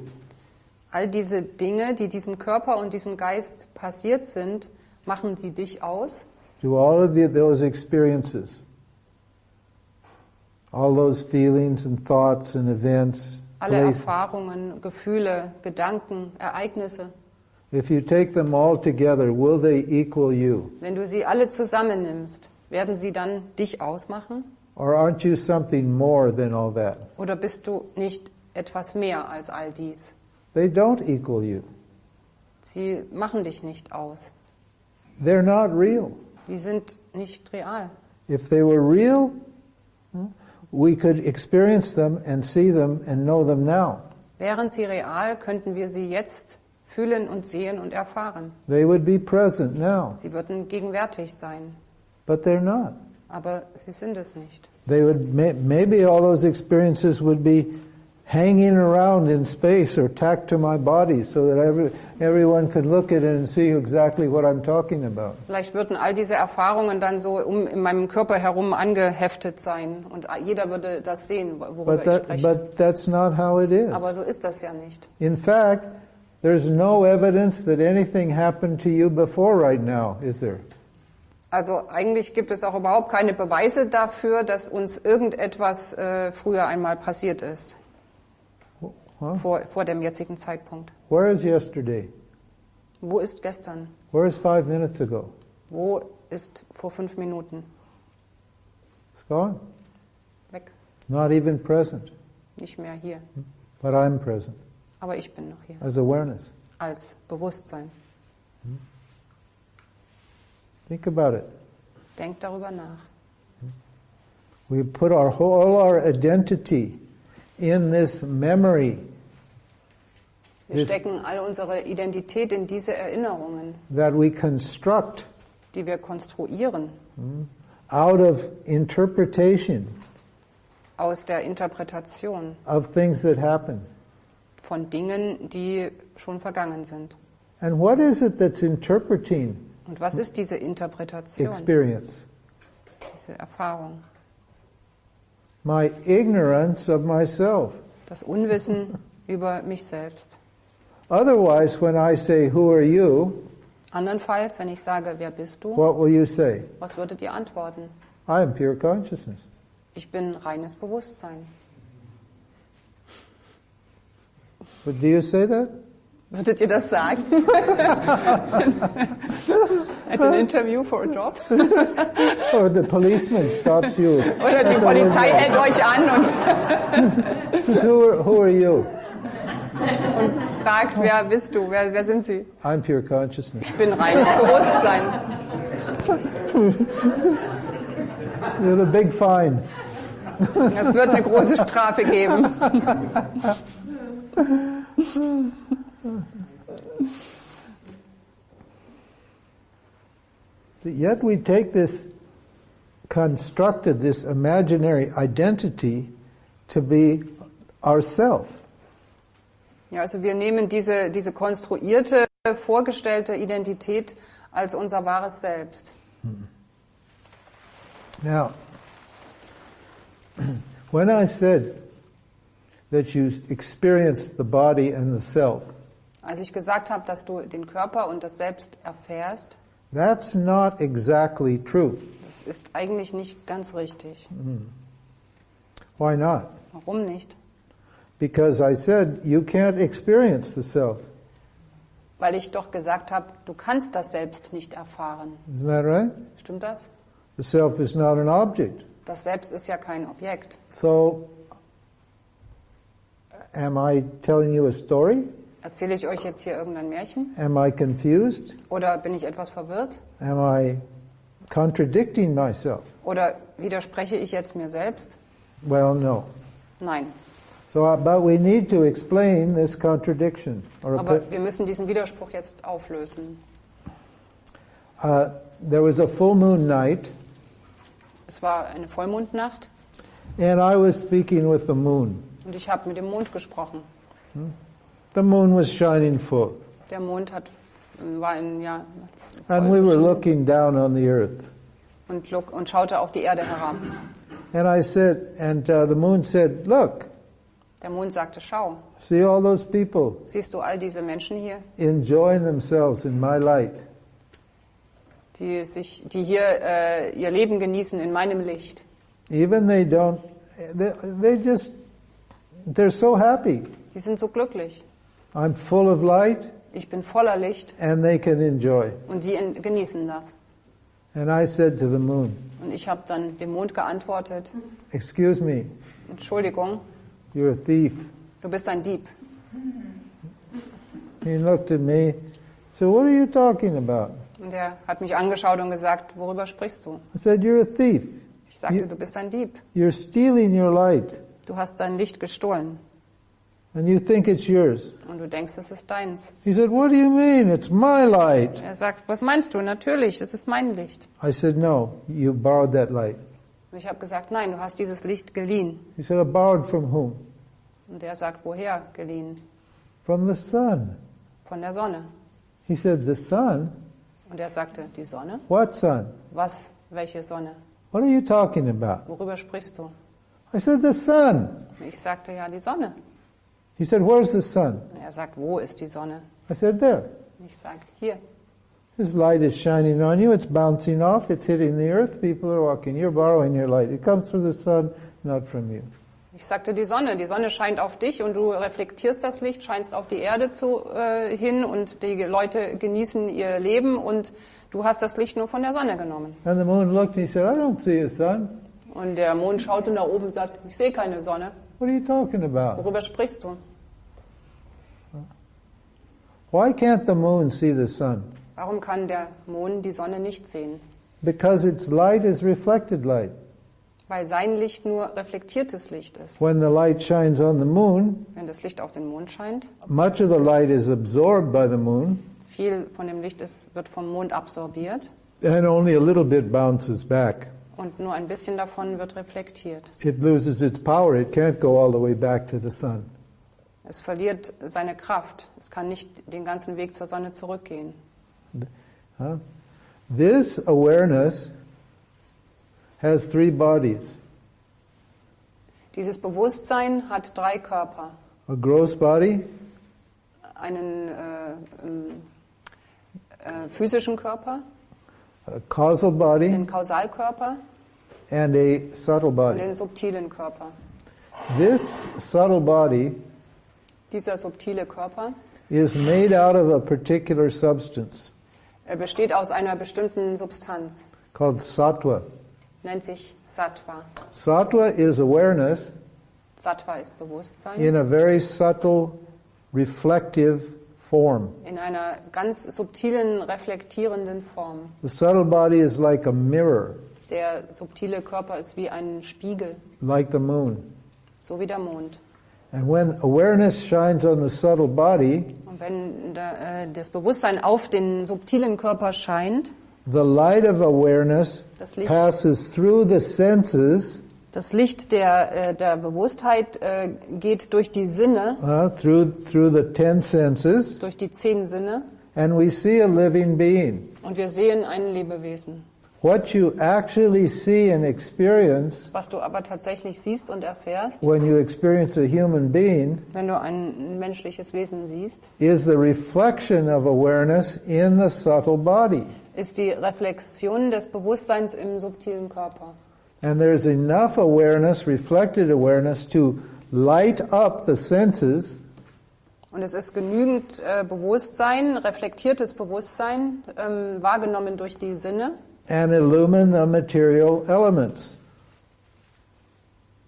Speaker 3: All diese Dinge, die diesem Körper und diesem Geist passiert sind, machen sie dich aus?
Speaker 2: Do all of the, those experiences, all those feelings and thoughts and events,
Speaker 3: Alle
Speaker 2: place-
Speaker 3: Erfahrungen, Gefühle, Gedanken, Ereignisse,
Speaker 2: if you take them all together, will they equal you?
Speaker 3: wenn du sie alle zusammennimmst, werden sie dann dich ausmachen?
Speaker 2: Or aren't you something more than all that?
Speaker 3: Oder bist du nicht etwas mehr als all dies?
Speaker 2: They don't equal you.
Speaker 3: Sie machen dich nicht aus.
Speaker 2: They're not real.
Speaker 3: Die sind nicht real.
Speaker 2: If they were real, hmm, we could experience them and see them and know them now.
Speaker 3: Wären sie real, könnten wir sie jetzt fühlen und sehen und erfahren.
Speaker 2: They would be present now,
Speaker 3: Sie würden gegenwärtig sein,
Speaker 2: but they're not.
Speaker 3: aber sie sind es nicht.
Speaker 2: They would may- maybe all those experiences would be hanging around in space or tacked to my body so that every, everyone could look at it and see exactly what I'm talking about.
Speaker 3: Vielleicht würden all diese Erfahrungen dann so um in meinem Körper herum angeheftet sein und jeder würde das sehen, worüber
Speaker 2: But
Speaker 3: ich
Speaker 2: that,
Speaker 3: spreche.
Speaker 2: but that's not how it is.
Speaker 3: Aber so ist das ja nicht.
Speaker 2: In fact, there's no evidence that anything happened to you before right now, is there?
Speaker 3: Also eigentlich gibt es auch überhaupt keine Beweise dafür, dass uns irgendetwas äh, früher einmal passiert ist,
Speaker 2: Huh?
Speaker 3: vor, vor dem jetzigen Zeitpunkt.
Speaker 2: Where is yesterday?
Speaker 3: Wo ist gestern?
Speaker 2: Where is five minutes ago?
Speaker 3: Wo ist vor fünf Minuten?
Speaker 2: It's gone.
Speaker 3: Weg.
Speaker 2: Not even present.
Speaker 3: Nicht mehr hier.
Speaker 2: But I'm present
Speaker 3: Aber ich bin noch hier.
Speaker 2: as awareness.
Speaker 3: Als Bewusstsein.
Speaker 2: Think about it.
Speaker 3: Denk darüber nach.
Speaker 2: We put our whole, all our identity in this memory
Speaker 3: Wir
Speaker 2: Yes.
Speaker 3: stecken all unsere Identität in diese Erinnerungen,
Speaker 2: that we construct
Speaker 3: die wir konstruieren
Speaker 2: out of interpretation
Speaker 3: aus der Interpretation
Speaker 2: of things that happen.
Speaker 3: von Dingen, die schon vergangen sind.
Speaker 2: And what is it that's interpreting
Speaker 3: Und was ist diese Interpretation,
Speaker 2: experience?
Speaker 3: diese Erfahrung?
Speaker 2: My ignorance of myself.
Speaker 3: Das
Speaker 2: [laughs]
Speaker 3: Unwissen über mich selbst.
Speaker 2: Otherwise, when I say, who are you?
Speaker 3: Andernfalls, wenn ich sage, wer bist du,
Speaker 2: What will you say?
Speaker 3: was würdet ihr antworten?
Speaker 2: I am pure consciousness.
Speaker 3: Ich bin reines Bewusstsein.
Speaker 2: But do you say that?
Speaker 3: Würdet ihr das
Speaker 2: [laughs]
Speaker 3: sagen? [laughs] At an interview for a job?
Speaker 2: Or Oh, the policeman stops you. [laughs]
Speaker 3: Oder die Polizei hält euch an und [laughs]
Speaker 2: who, are, who are you?
Speaker 3: fragt, wer bist du, wer, wer sind sie?
Speaker 2: I'm pure consciousness.
Speaker 3: Ich bin reines Bewusstsein.
Speaker 2: You're the big fine.
Speaker 3: Es wird eine große Strafe geben.
Speaker 2: Yet we take this constructed this imaginary identity to be ourself.
Speaker 3: Ja, also wir nehmen diese, diese konstruierte, vorgestellte Identität als unser wahres Selbst.
Speaker 2: Now, [clears throat] when I said that you experience the body and the self,
Speaker 3: Als ich gesagt habe, dass du den Körper und das Selbst erfährst,
Speaker 2: that's not exactly true.
Speaker 3: das ist eigentlich nicht ganz richtig.
Speaker 2: Why not?
Speaker 3: Warum nicht?
Speaker 2: Because I said you can't experience the self.
Speaker 3: Weil ich doch gesagt habe, du kannst das Selbst nicht erfahren.
Speaker 2: Isn't that right?
Speaker 3: Stimmt das?
Speaker 2: The self is not an object.
Speaker 3: Das Selbst ist ja kein Objekt.
Speaker 2: So, am I telling you a story?
Speaker 3: Erzähle ich euch jetzt hier irgendein Märchen?
Speaker 2: Am I confused?
Speaker 3: Oder bin ich etwas verwirrt?
Speaker 2: Am I contradicting myself?
Speaker 3: Oder widerspreche ich jetzt mir selbst?
Speaker 2: Well, no.
Speaker 3: Nein.
Speaker 2: So, uh, but we need to explain this contradiction. Or a
Speaker 3: Aber wir müssen diesen Widerspruch jetzt auflösen.
Speaker 2: bit- uh, there was a full moon night,
Speaker 3: Es war eine Vollmondnacht
Speaker 2: and I was speaking with the moon.
Speaker 3: und ich habe mit dem Mond gesprochen.
Speaker 2: The moon was shining full,
Speaker 3: Der Mond hat, war in, ja,
Speaker 2: and Ah, we were looking down on the earth.
Speaker 3: und, look, und schaute auf die Erde herab.
Speaker 2: And I said, and uh, the moon said, "Look,
Speaker 3: Der Mond sagte, schau,
Speaker 2: see all those people
Speaker 3: siehst du all diese Menschen hier,
Speaker 2: enjoying themselves in my light."
Speaker 3: die, sich, die hier äh, ihr Leben genießen in meinem Licht.
Speaker 2: Even they don't, they, they just, they're so happy.
Speaker 3: Die sind so glücklich.
Speaker 2: I'm full of light
Speaker 3: Ich bin voller Licht
Speaker 2: and they can enjoy.
Speaker 3: und die in, genießen das.
Speaker 2: And I said to the moon,
Speaker 3: Und ich habe dann dem Mond geantwortet,
Speaker 2: excuse me,
Speaker 3: Entschuldigung,
Speaker 2: you're a thief.
Speaker 3: du bist ein Dieb.
Speaker 2: He looked at me, said, what are you talking about?
Speaker 3: Und er hat mich angeschaut und gesagt, worüber sprichst du?
Speaker 2: I said, you're a thief.
Speaker 3: Ich sagte,
Speaker 2: Ja.
Speaker 3: du bist ein Dieb.
Speaker 2: You're stealing your light
Speaker 3: Du hast dein Licht gestohlen
Speaker 2: and you think it's yours.
Speaker 3: und du denkst, es ist deins.
Speaker 2: He said, what do you mean? It's my light.
Speaker 3: Er sagt, was meinst du? Natürlich, es ist mein Licht.
Speaker 2: I said, no, you borrowed that light.
Speaker 3: Und ich habe gesagt, nein, du hast dieses Licht geliehen.
Speaker 2: He said, I borrowed from whom?
Speaker 3: Und er sagt, woher geliehen?
Speaker 2: From the sun.
Speaker 3: Von der Sonne.
Speaker 2: He said, the sun?
Speaker 3: Und er sagte, die Sonne?
Speaker 2: What sun?
Speaker 3: Was? Welche Sonne?
Speaker 2: What are you talking about?
Speaker 3: Worüber sprichst du?
Speaker 2: I said, the sun.
Speaker 3: Und ich sagte, ja, die Sonne.
Speaker 2: He said, where's the sun?
Speaker 3: Und er sagt, wo ist die Sonne?
Speaker 2: I said, there.
Speaker 3: Und ich sage, hier.
Speaker 2: His light is shining on you. It's bouncing off. It's hitting the earth. People are walking. You're borrowing your light. It comes from the sun, not from you.
Speaker 3: Ich sagte, die Sonne. Die Sonne scheint auf dich und du reflektierst das Licht, scheinst auf die Erde zu, äh, hin und die Leute genießen ihr Leben und du hast das Licht nur von der Sonne genommen.
Speaker 2: And the moon looked and he said, I don't see a sun.
Speaker 3: Und der Mond schaute nach oben und sagt, ich sehe keine Sonne.
Speaker 2: What are you talking about?
Speaker 3: Worüber sprichst du?
Speaker 2: Why can't the moon see the sun?
Speaker 3: Warum kann der Mond die Sonne nicht sehen?
Speaker 2: Because its light is reflected light.
Speaker 3: Weil sein Licht nur reflektiertes Licht ist.
Speaker 2: When the light shines on the moon,
Speaker 3: Wenn das Licht auf den Mond scheint,
Speaker 2: much of the light is absorbed by the moon
Speaker 3: viel von dem Licht ist, wird vom Mond absorbiert
Speaker 2: and only a little bit bounces back.
Speaker 3: und nur ein bisschen davon wird reflektiert.
Speaker 2: It loses its power. It can't go all the way back to the sun.
Speaker 3: Es verliert seine Kraft. Es kann nicht den ganzen Weg zur Sonne zurückgehen.
Speaker 2: Huh? This awareness has three bodies
Speaker 3: Dieses Bewusstsein hat drei Körper.
Speaker 2: a gross body,
Speaker 3: Einen äh, ähm, äh, physischen Körper,
Speaker 2: a causal body,
Speaker 3: den Kausalkörper
Speaker 2: and a subtle
Speaker 3: und
Speaker 2: body.
Speaker 3: den subtilen Körper.
Speaker 2: This subtle body
Speaker 3: Dieser subtile Körper
Speaker 2: is made out of a particular substance
Speaker 3: äh, besteht aus einer bestimmten Substanz,
Speaker 2: called sattva.
Speaker 3: nennt sich Sattva.
Speaker 2: Sattva is awareness
Speaker 3: Sattva ist Bewusstsein
Speaker 2: in a very subtle, reflective form.
Speaker 3: in einer ganz subtilen, reflektierenden Form.
Speaker 2: The subtle body is like a mirror,
Speaker 3: Der subtile Körper ist wie ein Spiegel,
Speaker 2: like the moon.
Speaker 3: so wie der Mond.
Speaker 2: And when awareness shines on the subtle body,
Speaker 3: Und wenn da, äh, das Bewusstsein auf den subtilen Körper scheint,
Speaker 2: the light of awareness
Speaker 3: Das Licht.
Speaker 2: passes through the senses,
Speaker 3: Das Licht der, äh, der Bewusstheit äh, geht durch die Sinne,
Speaker 2: uh, through through the ten senses,
Speaker 3: durch die zehn Sinne
Speaker 2: and we see a living being.
Speaker 3: und wir sehen ein Lebewesen.
Speaker 2: What you actually see and experience
Speaker 3: Was du aber tatsächlich siehst und erfährst,
Speaker 2: when you experience a human being
Speaker 3: wenn du ein menschliches Wesen siehst,
Speaker 2: is the reflection of awareness in the subtle body.
Speaker 3: ist die Reflexion des Bewusstseins im subtilen Körper.
Speaker 2: And there's enough awareness, reflected awareness, to light up the senses
Speaker 3: Und es ist genügend äh, Bewusstsein, reflektiertes Bewusstsein, ähm, wahrgenommen durch die Sinne.
Speaker 2: and illumine the material elements.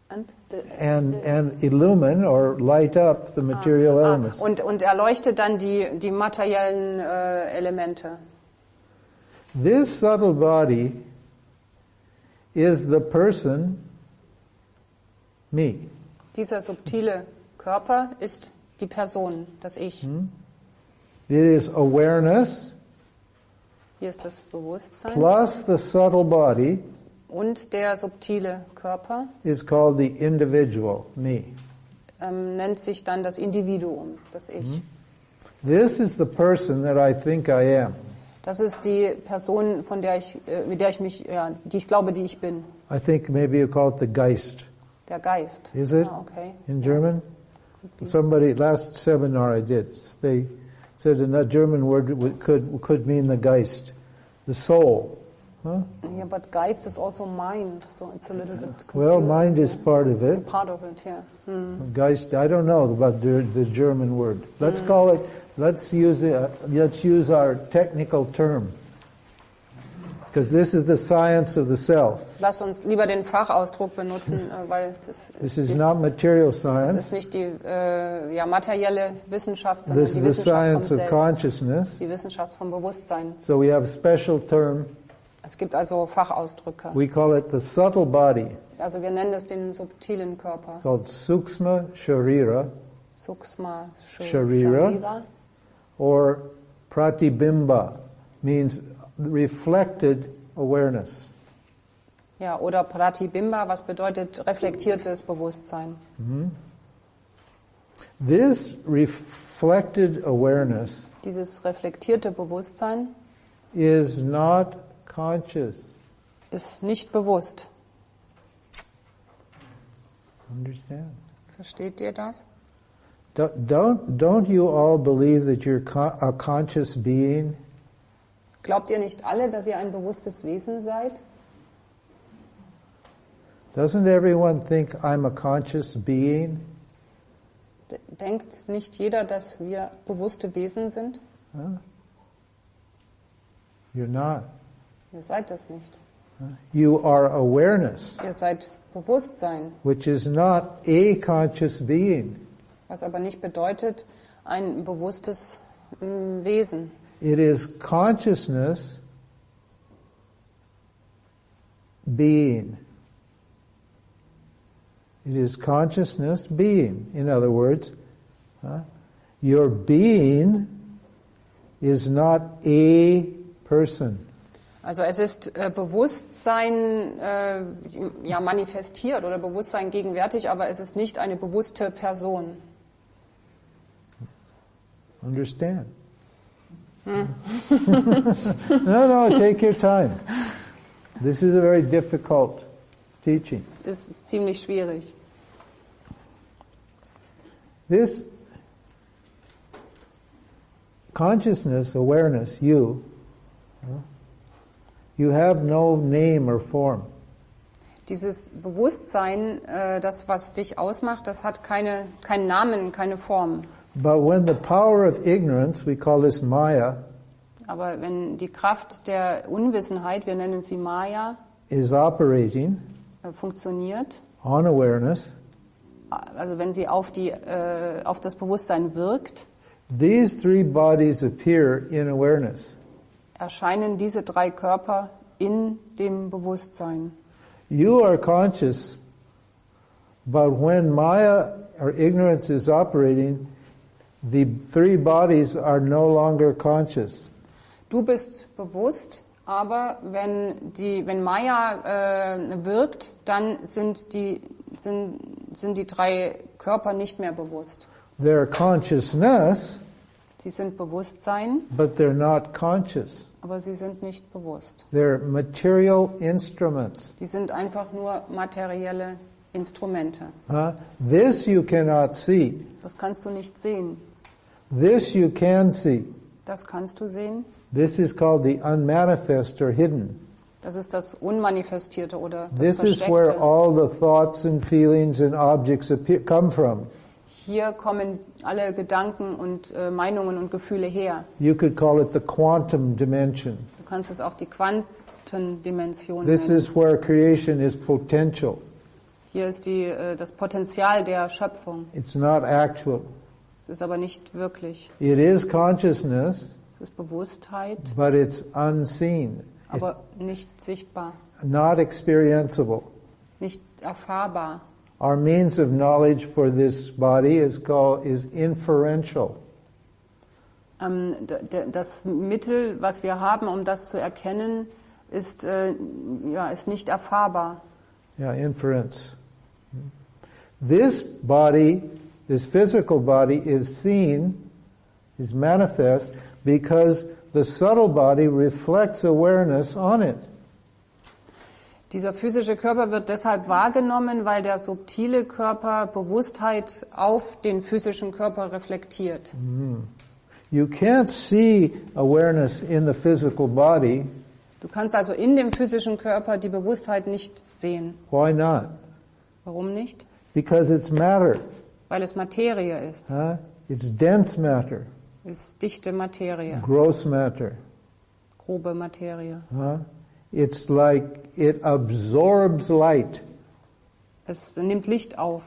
Speaker 3: Und, äh,
Speaker 2: And, and illumine or light up the material
Speaker 3: ah,
Speaker 2: elements.
Speaker 3: und, und erleuchtet dann die, die materiellen äh, Elemente.
Speaker 2: This subtle body is the person, me.
Speaker 3: Dieser subtile Körper ist die Person, das Ich.
Speaker 2: Hm. It is awareness
Speaker 3: Hier ist das Bewusstsein.
Speaker 2: plus the subtle body
Speaker 3: Und der subtile Körper
Speaker 2: is called the individual, me.
Speaker 3: ähm, nennt sich dann das Individuum, das Ich.
Speaker 2: Hm. This is the person that I think I am.
Speaker 3: Das ist die Person, von der ich, äh, mit der ich mich, ja, die ich glaube, die ich bin.
Speaker 2: I think maybe you call it the Geist.
Speaker 3: Der Geist.
Speaker 2: Is it?
Speaker 3: Ah, okay.
Speaker 2: In German? Somebody, last seminar I did, they said in a German word would- could, could mean the Geist, the soul. Huh?
Speaker 3: Yeah, but Geist is also mind, so it's a little bit confusing.
Speaker 2: Well, mind is part of it.
Speaker 3: part of it, yeah. Hm.
Speaker 2: Geist, I don't know about the, the German word. Let's call it, let's use, the, uh, let's use our technical term. Because this is the science of the self.
Speaker 3: Lass uns lieber den Fachausdruck benutzen, äh, weil das
Speaker 2: This
Speaker 3: ist,
Speaker 2: is not material
Speaker 3: das
Speaker 2: science.
Speaker 3: ist nicht die äh, ja, materielle Wissenschaft, sondern
Speaker 2: This
Speaker 3: die
Speaker 2: is the
Speaker 3: Wissenschaft vom
Speaker 2: science of
Speaker 3: Selbst,
Speaker 2: consciousness.
Speaker 3: die Wissenschaft vom Bewusstsein.
Speaker 2: So we have a special term.
Speaker 3: Es gibt also Fachausdrücke.
Speaker 2: We call it the subtle body,
Speaker 3: Also wir nennen das den subtilen Körper.
Speaker 2: called sukshma sharira
Speaker 3: Suksma Sh-
Speaker 2: Sharira. or pratibimba, means reflected awareness.
Speaker 3: Ja, oder Pratibimba, was bedeutet reflektiertes Bewusstsein.
Speaker 2: This reflected awareness
Speaker 3: Dieses reflektierte Bewusstsein
Speaker 2: is not conscious.
Speaker 3: ist nicht bewusst.
Speaker 2: Understand?
Speaker 3: Versteht ihr das?
Speaker 2: Don't don't, don't you all believe that you're con- a conscious being?
Speaker 3: Glaubt ihr nicht alle, dass ihr ein bewusstes Wesen seid?
Speaker 2: Doesn't everyone think I'm a conscious being?
Speaker 3: D- Denkt nicht jeder, dass wir bewusste Wesen sind?
Speaker 2: Huh? You're not.
Speaker 3: Ihr seid das nicht.
Speaker 2: You are awareness,
Speaker 3: Ihr seid Bewusstsein,
Speaker 2: which is not a conscious being.
Speaker 3: was aber nicht bedeutet ein bewusstes mm, Wesen.
Speaker 2: It is consciousness being. It is consciousness being. In other words, huh, your being is not a person.
Speaker 3: Also es ist äh, Bewusstsein äh, ja manifestiert oder Bewusstsein gegenwärtig, aber es ist nicht eine bewusste Person.
Speaker 2: Understand? [laughs] no, no, take your time. This is a very difficult teaching.
Speaker 3: Ist ziemlich schwierig.
Speaker 2: This consciousness, awareness, you, huh, you have no name or form.
Speaker 3: Dieses Bewusstsein, äh, das was dich ausmacht, das hat keine keinen Namen, keine Form.
Speaker 2: But when the power of ignorance, we call this Maya,
Speaker 3: Aber wenn die Kraft der Unwissenheit, wir nennen sie Maya,
Speaker 2: is operating
Speaker 3: äh, funktioniert,
Speaker 2: on awareness,
Speaker 3: also wenn sie auf die äh, auf das Bewusstsein wirkt,
Speaker 2: these three bodies appear in awareness.
Speaker 3: erscheinen diese drei Körper in dem Bewusstsein.
Speaker 2: You are conscious, but when Maya or ignorance is operating, the three bodies are no longer conscious.
Speaker 3: Du bist bewusst, Aber wenn die, wenn Maya äh, wirkt, dann sind die, sind, sind die drei Körper nicht mehr bewusst.
Speaker 2: They're consciousness,
Speaker 3: Sie sind Bewusstsein,
Speaker 2: but they're not conscious.
Speaker 3: aber sie sind nicht bewusst.
Speaker 2: They're material instruments.
Speaker 3: Die sind einfach nur materielle Instrumente.
Speaker 2: Huh? This you cannot see.
Speaker 3: Das kannst du nicht sehen.
Speaker 2: This you can see.
Speaker 3: Das kannst du sehen.
Speaker 2: This is called the unmanifest or hidden.
Speaker 3: Das ist das Unmanifestierte oder das
Speaker 2: This is where
Speaker 3: Versteckte.
Speaker 2: all the thoughts and feelings and objects appear, come from.
Speaker 3: Hier kommen alle Gedanken und äh, Meinungen und Gefühle her.
Speaker 2: You could call it the quantum dimension.
Speaker 3: Du kannst es auch die Quantendimension
Speaker 2: This
Speaker 3: nennen.
Speaker 2: is where creation is potential.
Speaker 3: Hier ist die, äh, das Potenzial der Schöpfung.
Speaker 2: It's not actual.
Speaker 3: Es ist aber nicht wirklich.
Speaker 2: It is consciousness,
Speaker 3: Es ist Bewusstheit,
Speaker 2: but it's unseen. It's
Speaker 3: aber nicht sichtbar,
Speaker 2: not experienceable.
Speaker 3: nicht erfahrbar.
Speaker 2: Our means of knowledge for this body is called is inferential.
Speaker 3: Ähm, d- d- Das Mittel, was wir haben, um das zu erkennen, ist, äh, ja, ist nicht erfahrbar.
Speaker 2: Yeah, inference. This body, this physical body is seen, is manifest because the subtle body reflects awareness on it.
Speaker 3: Dieser physische Körper wird deshalb wahrgenommen, weil der subtile Körper Bewusstheit auf den physischen Körper reflektiert.
Speaker 2: You can't see awareness in the physical body.
Speaker 3: Du kannst also in dem physischen Körper die Bewusstheit nicht sehen.
Speaker 2: Why not?
Speaker 3: Warum nicht?
Speaker 2: Because it's matter.
Speaker 3: Weil es Materie ist.
Speaker 2: Huh? It's dense matter,
Speaker 3: Es ist dichte Materie,
Speaker 2: gross matter.
Speaker 3: grobe Materie.
Speaker 2: Huh? It's like it absorbs light.
Speaker 3: Es nimmt Licht auf.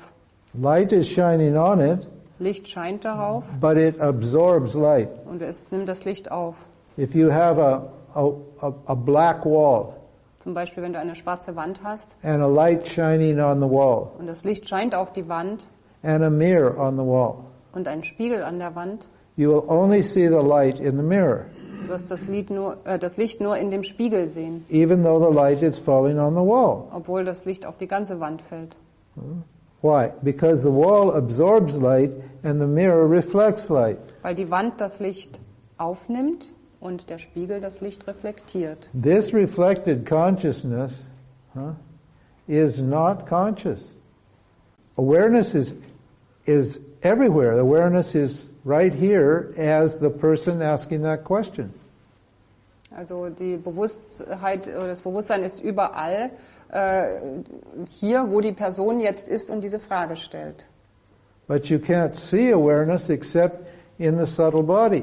Speaker 2: Light is shining on it,
Speaker 3: Licht scheint darauf
Speaker 2: but it absorbs light.
Speaker 3: und es nimmt das Licht auf.
Speaker 2: If you have a, a, a, a black wall
Speaker 3: Zum Beispiel, wenn du eine schwarze Wand hast
Speaker 2: and a light shining on the wall
Speaker 3: und das Licht scheint auf die Wand
Speaker 2: and a mirror on the wall,
Speaker 3: und ein Spiegel an der Wand,
Speaker 2: you will only see the light in the mirror,
Speaker 3: du wirst das, Lied nur, äh, das Licht nur in dem Spiegel sehen,
Speaker 2: even though the light is falling on the wall.
Speaker 3: obwohl das Licht auf die ganze Wand fällt.
Speaker 2: Why? Because the wall absorbs light and the mirror reflects light.
Speaker 3: Weil die Wand das Licht aufnimmt und der Spiegel das Licht reflektiert.
Speaker 2: This reflected consciousness huh, is not conscious. Awareness is, is everywhere. Awareness is right here as the person asking that question.
Speaker 3: Also die Bewusstheit oder das Bewusstsein ist überall äh, hier, wo die Person jetzt ist und diese Frage stellt.
Speaker 2: But you can't see awareness except in the subtle body.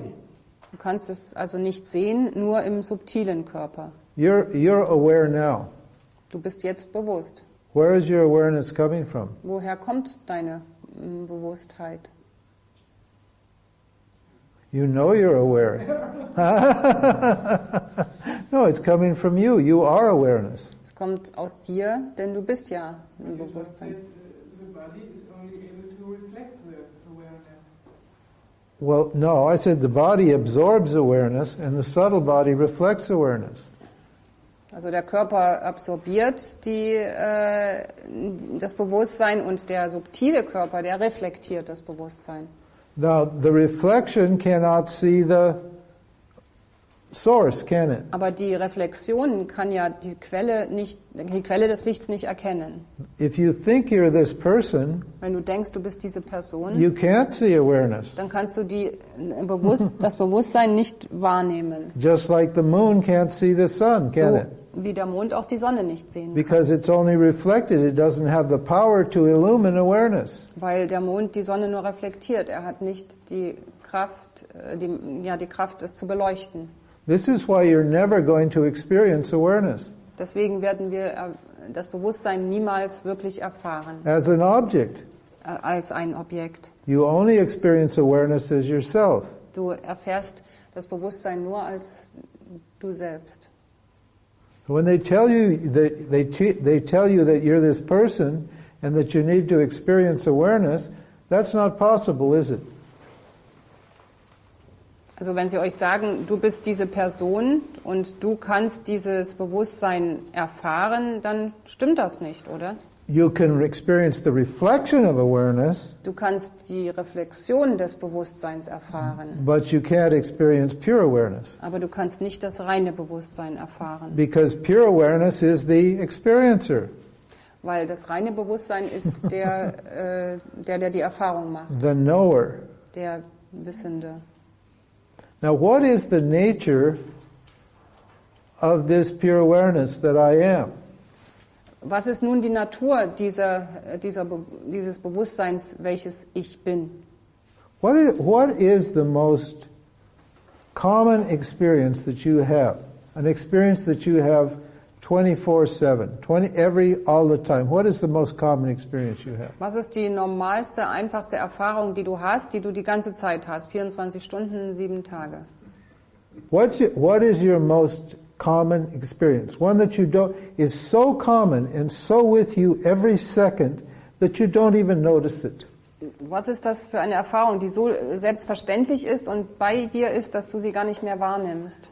Speaker 3: Du kannst es also nicht sehen, nur im subtilen Körper.
Speaker 2: You're, you're aware now.
Speaker 3: Du bist jetzt bewusst.
Speaker 2: Where is your awareness coming from?
Speaker 3: Woher kommt deine mm, Bewusstheit?
Speaker 2: You know you're aware. [laughs] no, it's coming from you. You are awareness.
Speaker 3: Es kommt aus dir, denn du bist ja im Bewusstsein.
Speaker 4: The body is only able to reflect the awareness.
Speaker 2: Well, no, I said the body absorbs awareness and the subtle body reflects awareness.
Speaker 3: Also der Körper absorbiert die, äh, das Bewusstsein und der subtile Körper, der reflektiert das Bewusstsein.
Speaker 2: Now, the reflection cannot see the source, can it?
Speaker 3: Aber die Reflexion kann ja die Quelle nicht, die Quelle des Lichts nicht erkennen.
Speaker 2: If you think you're this person,
Speaker 3: Wenn du denkst, du bist diese Person,
Speaker 2: you can't see awareness.
Speaker 3: dann kannst du die äh, bewusst, das Bewusstsein nicht wahrnehmen.
Speaker 2: Just like the moon can't see the sun, can
Speaker 3: So
Speaker 2: it?
Speaker 3: wie der Mond auch die Sonne nicht sehen kann.
Speaker 2: Because it's only reflected, it doesn't have the power to illumine awareness.
Speaker 3: Weil der Mond die Sonne nur reflektiert. Er hat nicht die Kraft, äh, die, ja, die Kraft, es zu beleuchten.
Speaker 2: This is why you're never going to experience awareness
Speaker 3: Deswegen werden wir äh, das Bewusstsein niemals wirklich erfahren
Speaker 2: as an object.
Speaker 3: äh, als ein Objekt.
Speaker 2: You only experience awareness as yourself.
Speaker 3: Du erfährst das Bewusstsein nur als du selbst.
Speaker 2: When they tell you that they te- they tell you that you're this person and that you need to experience awareness, that's not possible, is it?
Speaker 3: Also wenn sie euch sagen, du bist diese Person und du kannst dieses Bewusstsein erfahren, dann stimmt das nicht, oder?
Speaker 2: You can experience the reflection of awareness,
Speaker 3: Du kannst die Reflexion des Bewusstseins erfahren,
Speaker 2: but you can't experience pure awareness.
Speaker 3: aber du kannst nicht das reine Bewusstsein erfahren,
Speaker 2: Because pure awareness is the experiencer.
Speaker 3: weil das reine Bewusstsein ist der, äh, der, der die Erfahrung macht,
Speaker 2: the knower.
Speaker 3: der Wissende.
Speaker 2: Now, what is the nature of this pure awareness that I am?
Speaker 3: Was ist nun die Natur dieser, äh, dieser, Be- dieses Bewusstseins, welches ich bin?
Speaker 2: What is, what is the most common experience that you have? An experience that you have 24-7, 20, every, all the time. What is the most common experience you have?
Speaker 3: Was ist die normalste, einfachste Erfahrung, die du hast, die du die ganze Zeit hast? 24 Stunden, sieben Tage.
Speaker 2: What's your, what is your most common experience? One that you don't, is so common and so with you every second that you don't even notice it.
Speaker 3: Was ist das für eine Erfahrung, die so äh, selbstverständlich ist und bei dir ist, dass du sie gar nicht mehr wahrnimmst?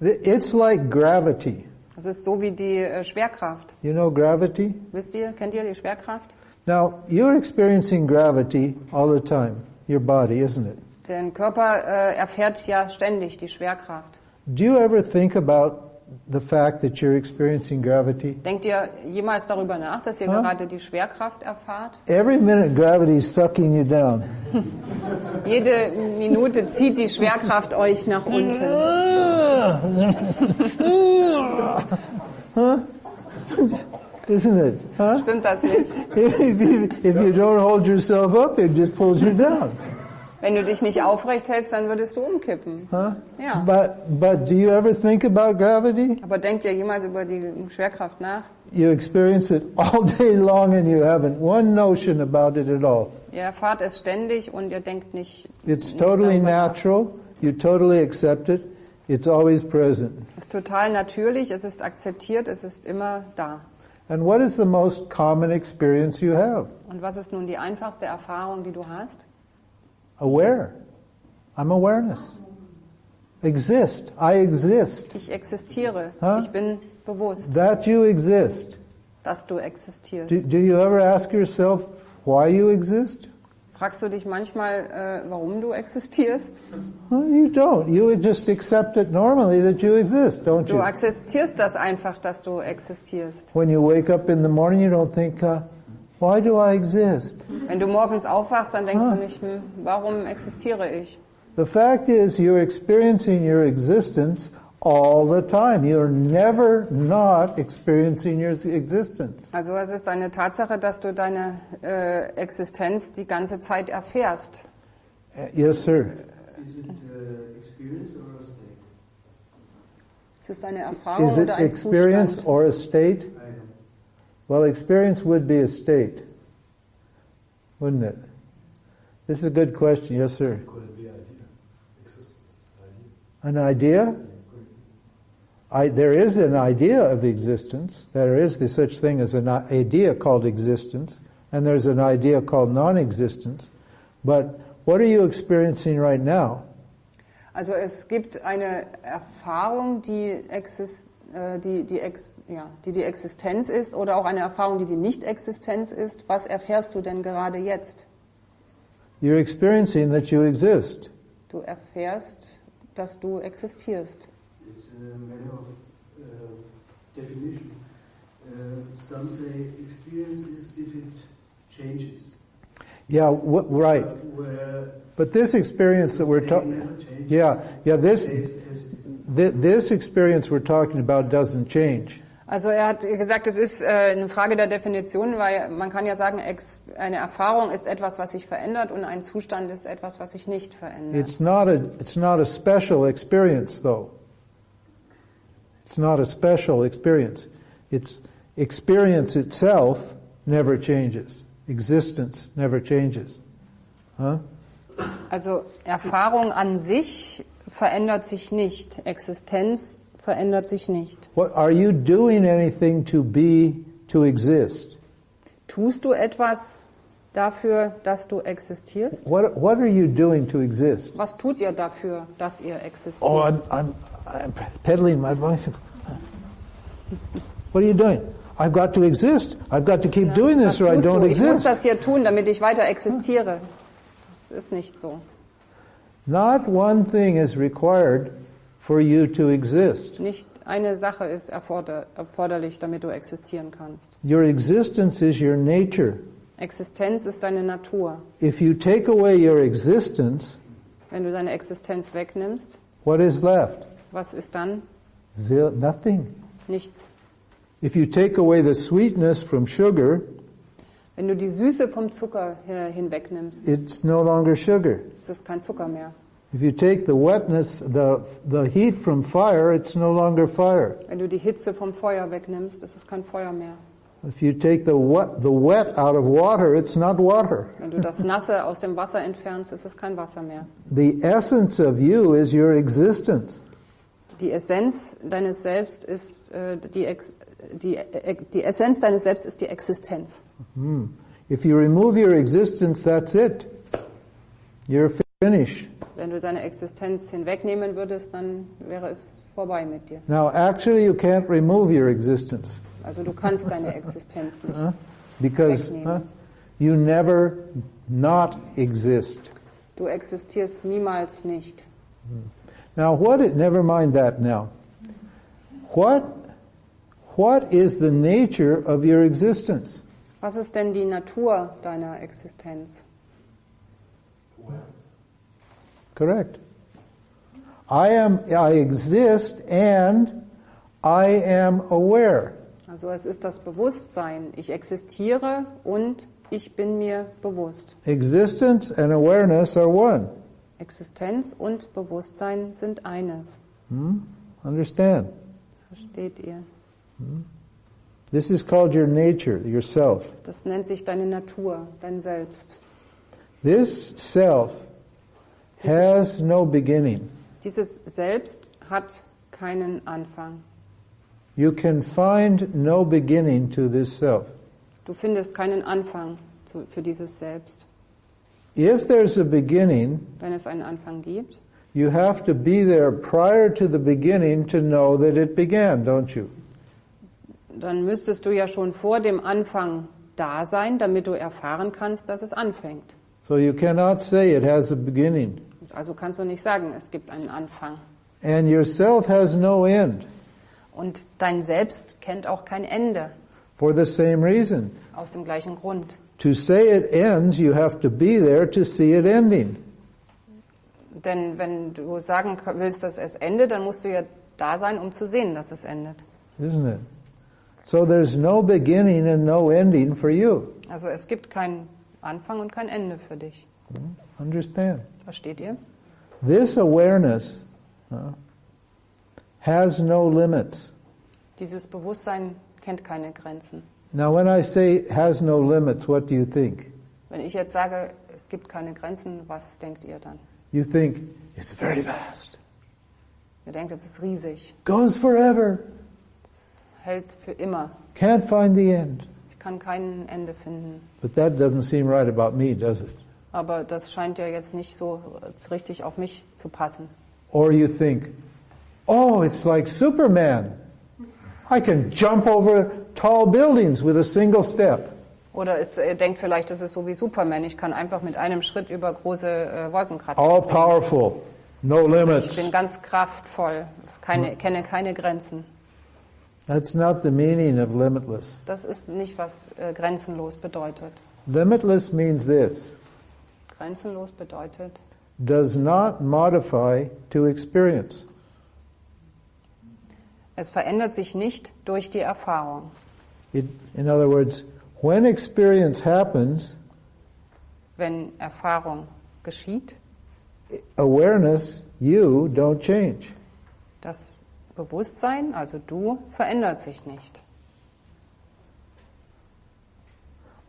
Speaker 2: It's like gravity.
Speaker 3: Das ist so wie die äh, Schwerkraft.
Speaker 2: You know gravity?
Speaker 3: Wisst ihr, kennt ihr die Schwerkraft?
Speaker 2: Now, you're experiencing gravity all the time, your body, isn't it?
Speaker 3: Dein Körper äh, erfährt ja ständig die Schwerkraft.
Speaker 2: Do you ever think about the fact that you're experiencing gravity?
Speaker 3: Denkt ihr jemals darüber nach, dass ihr
Speaker 2: Ja.
Speaker 3: gerade die Schwerkraft erfahrt?
Speaker 2: Every minute gravity's sucking you down.
Speaker 3: Jede Minute zieht die Schwerkraft euch nach unten.
Speaker 2: Isn't it? Huh?
Speaker 3: Stimmt das nicht?
Speaker 2: If you, if you don't hold yourself up, it just pulls you down.
Speaker 3: Wenn du dich nicht aufrecht hältst, dann würdest du umkippen.
Speaker 2: Huh?
Speaker 3: Ja.
Speaker 2: But, but do you ever think about gravity?
Speaker 3: Aber denkt ihr jemals über die Schwerkraft nach?
Speaker 2: You experience it all day long and you haven't one notion about it at all.
Speaker 3: Ihr erfahrt es ständig und ihr denkt nicht.
Speaker 2: It's
Speaker 3: nicht
Speaker 2: totally
Speaker 3: darüber nach.
Speaker 2: natural. You totally accept it. It's always present.
Speaker 3: Es ist total natürlich, es ist akzeptiert, es ist immer da.
Speaker 2: And what is the most common experience you have?
Speaker 3: Und was ist nun die einfachste Erfahrung, die du hast?
Speaker 2: Aware. I'm awareness. Exist. I exist.
Speaker 3: Ich existiere.
Speaker 2: Hä?
Speaker 3: Ich bin bewusst,
Speaker 2: That you exist.
Speaker 3: dass du existierst.
Speaker 2: Do, do you ever ask yourself why you exist?
Speaker 3: Fragst du dich manchmal, äh, warum du existierst?
Speaker 2: Well, you don't. You would just accept it normally that you exist, don't
Speaker 3: Du
Speaker 2: you?
Speaker 3: akzeptierst das einfach, dass du existierst.
Speaker 2: When you wake up in the morning, you don't think, uh, why do I exist?
Speaker 3: Wenn du morgens aufwachst, dann
Speaker 2: Ah.
Speaker 3: denkst du nicht, hm, warum existiere ich?
Speaker 2: The fact is, you're experiencing your existence all the time. You're never not experiencing your existence.
Speaker 3: Also es ist eine Tatsache, dass du deine äh, Existenz die ganze Zeit erfährst.
Speaker 2: Uh, Yes, sir.
Speaker 5: Is it uh, experience or a state?
Speaker 3: Es ist eine Erfahrung
Speaker 2: Is it
Speaker 3: oder ein
Speaker 2: experience
Speaker 3: Zustand.
Speaker 2: or a state?
Speaker 5: I am.
Speaker 2: Well, experience would be a state, wouldn't it? This is a good question. Yes, sir.
Speaker 5: Could it be idea? Existence, idea.
Speaker 2: An idea? I, there is an idea of existence. There is the such thing as an i- idea called existence, and there's an idea called non-existence. But what are you experiencing right now?
Speaker 3: Also es gibt eine Erfahrung, die, exist, äh, die, die, ex, ja, die die Existenz ist oder auch eine Erfahrung, die die Nicht-Existenz ist. Was erfährst du denn gerade jetzt?
Speaker 2: You're experiencing that you exist.
Speaker 3: Du erfährst, dass du existierst.
Speaker 5: It's a matter of uh, definition. Uh, some say experience is if it changes.
Speaker 2: Yeah, w- right.
Speaker 5: But Where
Speaker 2: But this experience that we're
Speaker 5: state never
Speaker 2: talking,
Speaker 5: changes.
Speaker 2: yeah, yeah, this
Speaker 5: Stays as it is.
Speaker 2: thi- this experience we're talking about doesn't change.
Speaker 3: Also er hat gesagt, es ist äh, eine Frage der Definition, weil man kann ja sagen, ex, eine Erfahrung ist etwas, was sich verändert und ein Zustand ist etwas, was sich nicht verändert.
Speaker 2: It's not a it's not a special experience though. It's not a special experience. It's experience itself never changes. Existence never changes. Huh?
Speaker 3: Also Erfahrung an sich verändert sich nicht, Existenz verändert sich nicht.
Speaker 2: What are you doing anything to be to exist?
Speaker 3: Tust du etwas, dafür, dass du existierst?
Speaker 2: What, what are you doing to exist?
Speaker 3: Was tut ihr dafür, dass ihr existiert?
Speaker 2: Oh, I'm, I'm, I'm pedaling my bicycle. What are you doing? I've got to exist. I've got to keep doing
Speaker 3: Was
Speaker 2: this or I
Speaker 3: tust du?
Speaker 2: don't
Speaker 3: Ich muss
Speaker 2: exist.
Speaker 3: das hier tun, damit ich weiter existiere. Das ist nicht so.
Speaker 2: Not one thing is required for you to exist.
Speaker 3: Nicht eine Sache ist erforder erforderlich, damit du existieren kannst.
Speaker 2: Your existence is your nature.
Speaker 3: Existenz ist deine Natur.
Speaker 2: If you take away your existence,
Speaker 3: Wenn du deine Existenz wegnimmst,
Speaker 2: what is left?
Speaker 3: was ist dann?
Speaker 2: Zil, nothing.
Speaker 3: Nichts.
Speaker 2: If you take away the sweetness from sugar,
Speaker 3: Wenn du die Süße vom Zucker her- hinwegnimmst,
Speaker 2: it's no longer sugar.
Speaker 3: ist es kein Zucker mehr.
Speaker 2: If you take the wetness, the, the heat from fire, it's no longer fire.
Speaker 3: Wenn du die Hitze vom Feuer wegnimmst, ist es kein Feuer mehr.
Speaker 2: If you take the wet, the wet out of water, it's not water.
Speaker 3: Wenn du das Nasse aus dem Wasser entfernst, ist es kein Wasser mehr.
Speaker 2: The essence of you is your existence.
Speaker 3: Die Essenz deines Selbst ist äh, die, Ex die, äh, die Essenz deines Selbst ist die Existenz.
Speaker 2: If you remove your existence, that's it. You're finished.
Speaker 3: Wenn du deine Existenz hinwegnehmen würdest, dann wäre es vorbei mit dir.
Speaker 2: Now, actually, you can't remove your existence
Speaker 3: Also du kannst deine Existenz nicht.
Speaker 2: because huh,
Speaker 3: Wegnehmen.
Speaker 2: you never not exist.
Speaker 3: Du existierst niemals nicht.
Speaker 2: Now, what? It, never mind that. Now, what? What is the nature of your existence?
Speaker 3: Was ist denn die Natur deiner Existenz?
Speaker 2: Correct. I am. I exist, and I am aware.
Speaker 3: Also es ist das Bewusstsein. Ich existiere und ich bin mir bewusst.
Speaker 2: Existence and awareness are one.
Speaker 3: Existenz und Bewusstsein sind eines.
Speaker 2: Understand?
Speaker 3: Versteht ihr?
Speaker 2: This is called your nature, yourself.
Speaker 3: Das nennt sich deine Natur, dein Selbst.
Speaker 2: This self has no beginning.
Speaker 3: Dieses Selbst hat keinen Anfang.
Speaker 2: You can find no beginning to this self.
Speaker 3: Du findest keinen Anfang zu, für dieses Selbst.
Speaker 2: If there's a beginning,
Speaker 3: Wenn es einen Anfang gibt,
Speaker 2: You have to be there prior to the beginning to know that it began, don't you?
Speaker 3: dann müsstest du ja schon vor dem Anfang da sein, damit du erfahren kannst, dass es anfängt.
Speaker 2: So you cannot say it has a beginning.
Speaker 3: Also kannst du nicht sagen, es gibt einen Anfang.
Speaker 2: And yourself has no end
Speaker 3: Und dein Selbst kennt auch kein Ende,
Speaker 2: for the same reason.
Speaker 3: aus dem gleichen Grund.
Speaker 2: To say it ends, you have to be there to see it ending.
Speaker 3: Denn wenn du sagen k- willst, dass es endet, dann musst du ja da sein, um zu sehen, dass es endet.
Speaker 2: Isn't it? So there's no beginning and no ending for you.
Speaker 3: Also es gibt keinen Anfang und kein Ende für dich.
Speaker 2: Understand?
Speaker 3: Versteht ihr?
Speaker 2: This awareness huh, has no limits.
Speaker 3: Dieses Bewusstsein kennt keine Grenzen.
Speaker 2: Now when I say has no limits, what do you think?
Speaker 3: Wenn ich jetzt sage, es gibt keine Grenzen, was denkt ihr dann?
Speaker 2: You think it's very vast.
Speaker 3: Ihr denkt, es ist riesig,
Speaker 2: goes forever,
Speaker 3: hält für immer.
Speaker 2: can't find the end.
Speaker 3: Ich kann kein Ende finden.
Speaker 2: But that doesn't seem right about me, does it?
Speaker 3: Aber das scheint ja jetzt nicht so äh, richtig auf mich zu passen.
Speaker 2: Or you think, oh, it's like Superman. I can jump over tall buildings with a single step.
Speaker 3: Oder es, ihr denkt vielleicht, das ist so wie Superman. Ich kann einfach mit einem Schritt über große äh, Wolkenkratzer.
Speaker 2: All powerful, no
Speaker 3: Ich
Speaker 2: limits.
Speaker 3: bin ganz kraftvoll, keine, kenne keine Grenzen.
Speaker 2: That's not the meaning of limitless.
Speaker 3: Das ist nicht, was äh, grenzenlos bedeutet.
Speaker 2: Limitless means this
Speaker 3: Grenzenlos bedeutet,
Speaker 2: does not modify to experience.
Speaker 3: es verändert sich nicht durch die Erfahrung.
Speaker 2: It, in other words, when experience happens,
Speaker 3: Wenn Erfahrung geschieht,
Speaker 2: awareness, you, don't change.
Speaker 3: das Bewusstsein, also du, verändert sich nicht.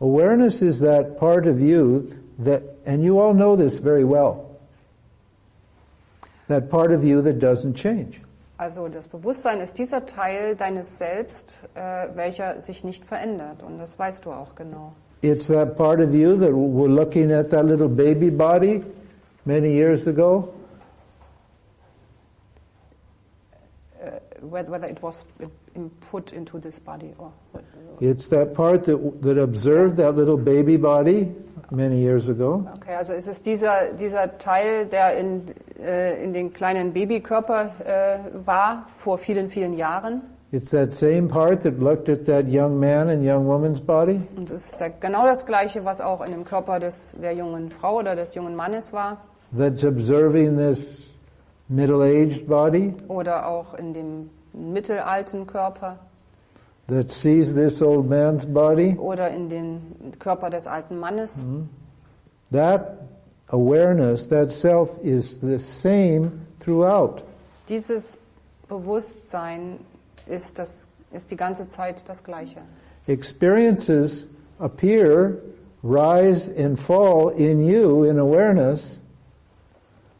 Speaker 2: Awareness is that part of you that, and you all know this very well, that part of you that doesn't change.
Speaker 3: Also das Bewusstsein ist dieser Teil deines Selbst, äh, welcher sich nicht verändert. Und das weißt du auch genau.
Speaker 2: It's that part of you that we're looking at that little baby body many years ago.
Speaker 3: whether whether it was in- put into this body or what.
Speaker 2: It's that part that, that observed that little baby body many years ago.
Speaker 3: Okay, also es ist dieser, dieser Teil, der in, äh, in den kleinen Babykörper äh, war vor vielen, vielen Jahren.
Speaker 2: It's that same part that looked at that young man and young woman's body.
Speaker 3: Und es ist da genau das Gleiche, was auch in dem Körper des, der jungen Frau oder des jungen Mannes war
Speaker 2: that's observing this middle-aged body
Speaker 3: oder auch in dem mittelalten Körper
Speaker 2: that sees this old man's body.
Speaker 3: oder in dem Körper des alten Mannes.
Speaker 2: That awareness, that self is the same throughout.
Speaker 3: Dieses Bewusstsein ist, das, ist die ganze Zeit das Gleiche.
Speaker 2: Experiences appear, rise and fall in you in awareness,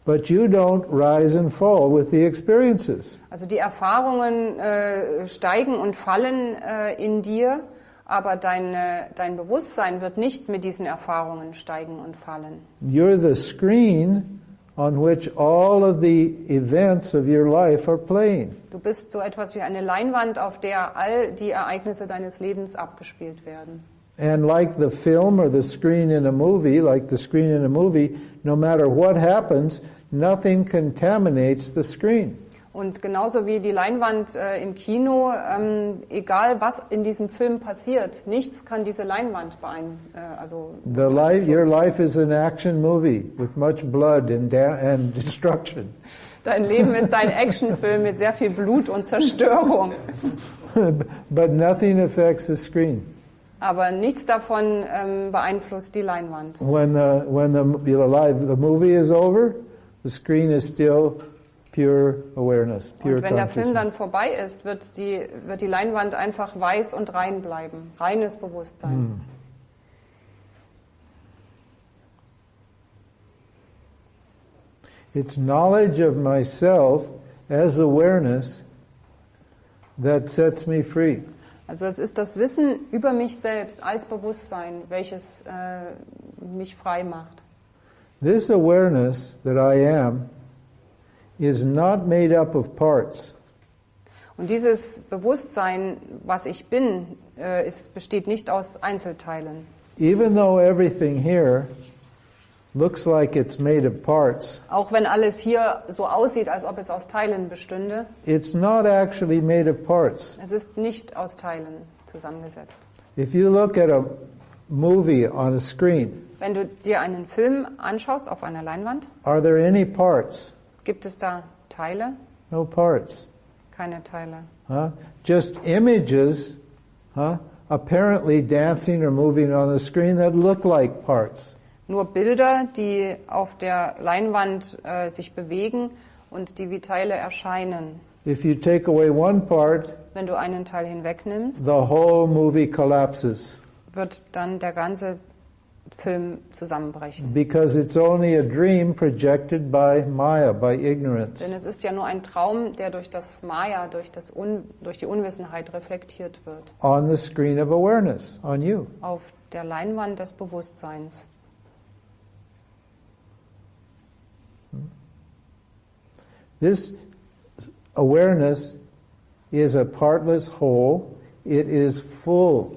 Speaker 2: but you don't rise and fall with the experiences.
Speaker 3: Also die Erfahrungen äh, steigen und fallen äh, in dir, aber deine, dein Bewusstsein wird nicht mit diesen Erfahrungen steigen und fallen.
Speaker 2: You're the screen on which all of the events of your life are playing.
Speaker 3: Du bist so etwas wie eine Leinwand, auf der all die Ereignisse deines Lebens abgespielt werden.
Speaker 2: And like the film or the screen in a movie, like the screen in a movie, no matter what happens, nothing contaminates the screen.
Speaker 3: Und genauso wie die Leinwand äh, im Kino, ähm, egal was in diesem Film passiert, nichts kann diese Leinwand beein, äh, also
Speaker 2: The life, your life is an action movie with much blood and, da- and [laughs] destruction.
Speaker 3: Dein Leben ist ein Actionfilm mit sehr viel Blut und Zerstörung.
Speaker 2: but nothing affects the screen.
Speaker 3: Aber nichts davon ähm, beeinflusst die Leinwand.
Speaker 2: When the, when the, the, live, the movie is over, the screen is still pure awareness, pure
Speaker 3: Und wenn der Film dann
Speaker 2: consciousness.
Speaker 3: vorbei ist, wird die, wird die Leinwand einfach weiß und rein bleiben. Reines Bewusstsein.
Speaker 2: Hm. It's knowledge of myself as awareness that sets me free.
Speaker 3: Also es ist das Wissen über mich selbst als Bewusstsein, welches äh, mich frei macht.
Speaker 2: This awareness that I am is not made up of parts.
Speaker 3: Und dieses Bewusstsein, was ich bin, äh, ist, besteht nicht aus Einzelteilen.
Speaker 2: Even though everything here looks like it's made of parts,
Speaker 3: Auch wenn alles hier so aussieht, als ob es aus Teilen bestünde,
Speaker 2: it's not actually made of parts.
Speaker 3: es ist nicht aus Teilen zusammengesetzt.
Speaker 2: If you look at a movie on a screen,
Speaker 3: Wenn du dir einen Film anschaust auf einer Leinwand,
Speaker 2: are there any parts?
Speaker 3: gibt es da Teile?
Speaker 2: No parts.
Speaker 3: Keine Teile.
Speaker 2: Huh? Just images, huh? Apparently dancing or moving on the screen that look like parts.
Speaker 3: Nur Bilder, die auf der Leinwand äh, sich bewegen und die wie Teile erscheinen.
Speaker 2: If you take away one part,
Speaker 3: Wenn du einen Teil hinwegnimmst,
Speaker 2: the whole movie collapses.
Speaker 3: wird dann der ganze Film zusammenbrechen.
Speaker 2: Because it's only a dream projected by Maya, by ignorance.
Speaker 3: Denn es ist ja nur ein Traum, der durch das Maya, durch, das Un durch die Unwissenheit reflektiert wird.
Speaker 2: On the screen of awareness, on you.
Speaker 3: Auf der Leinwand des Bewusstseins.
Speaker 2: This awareness is a partless whole. It is full.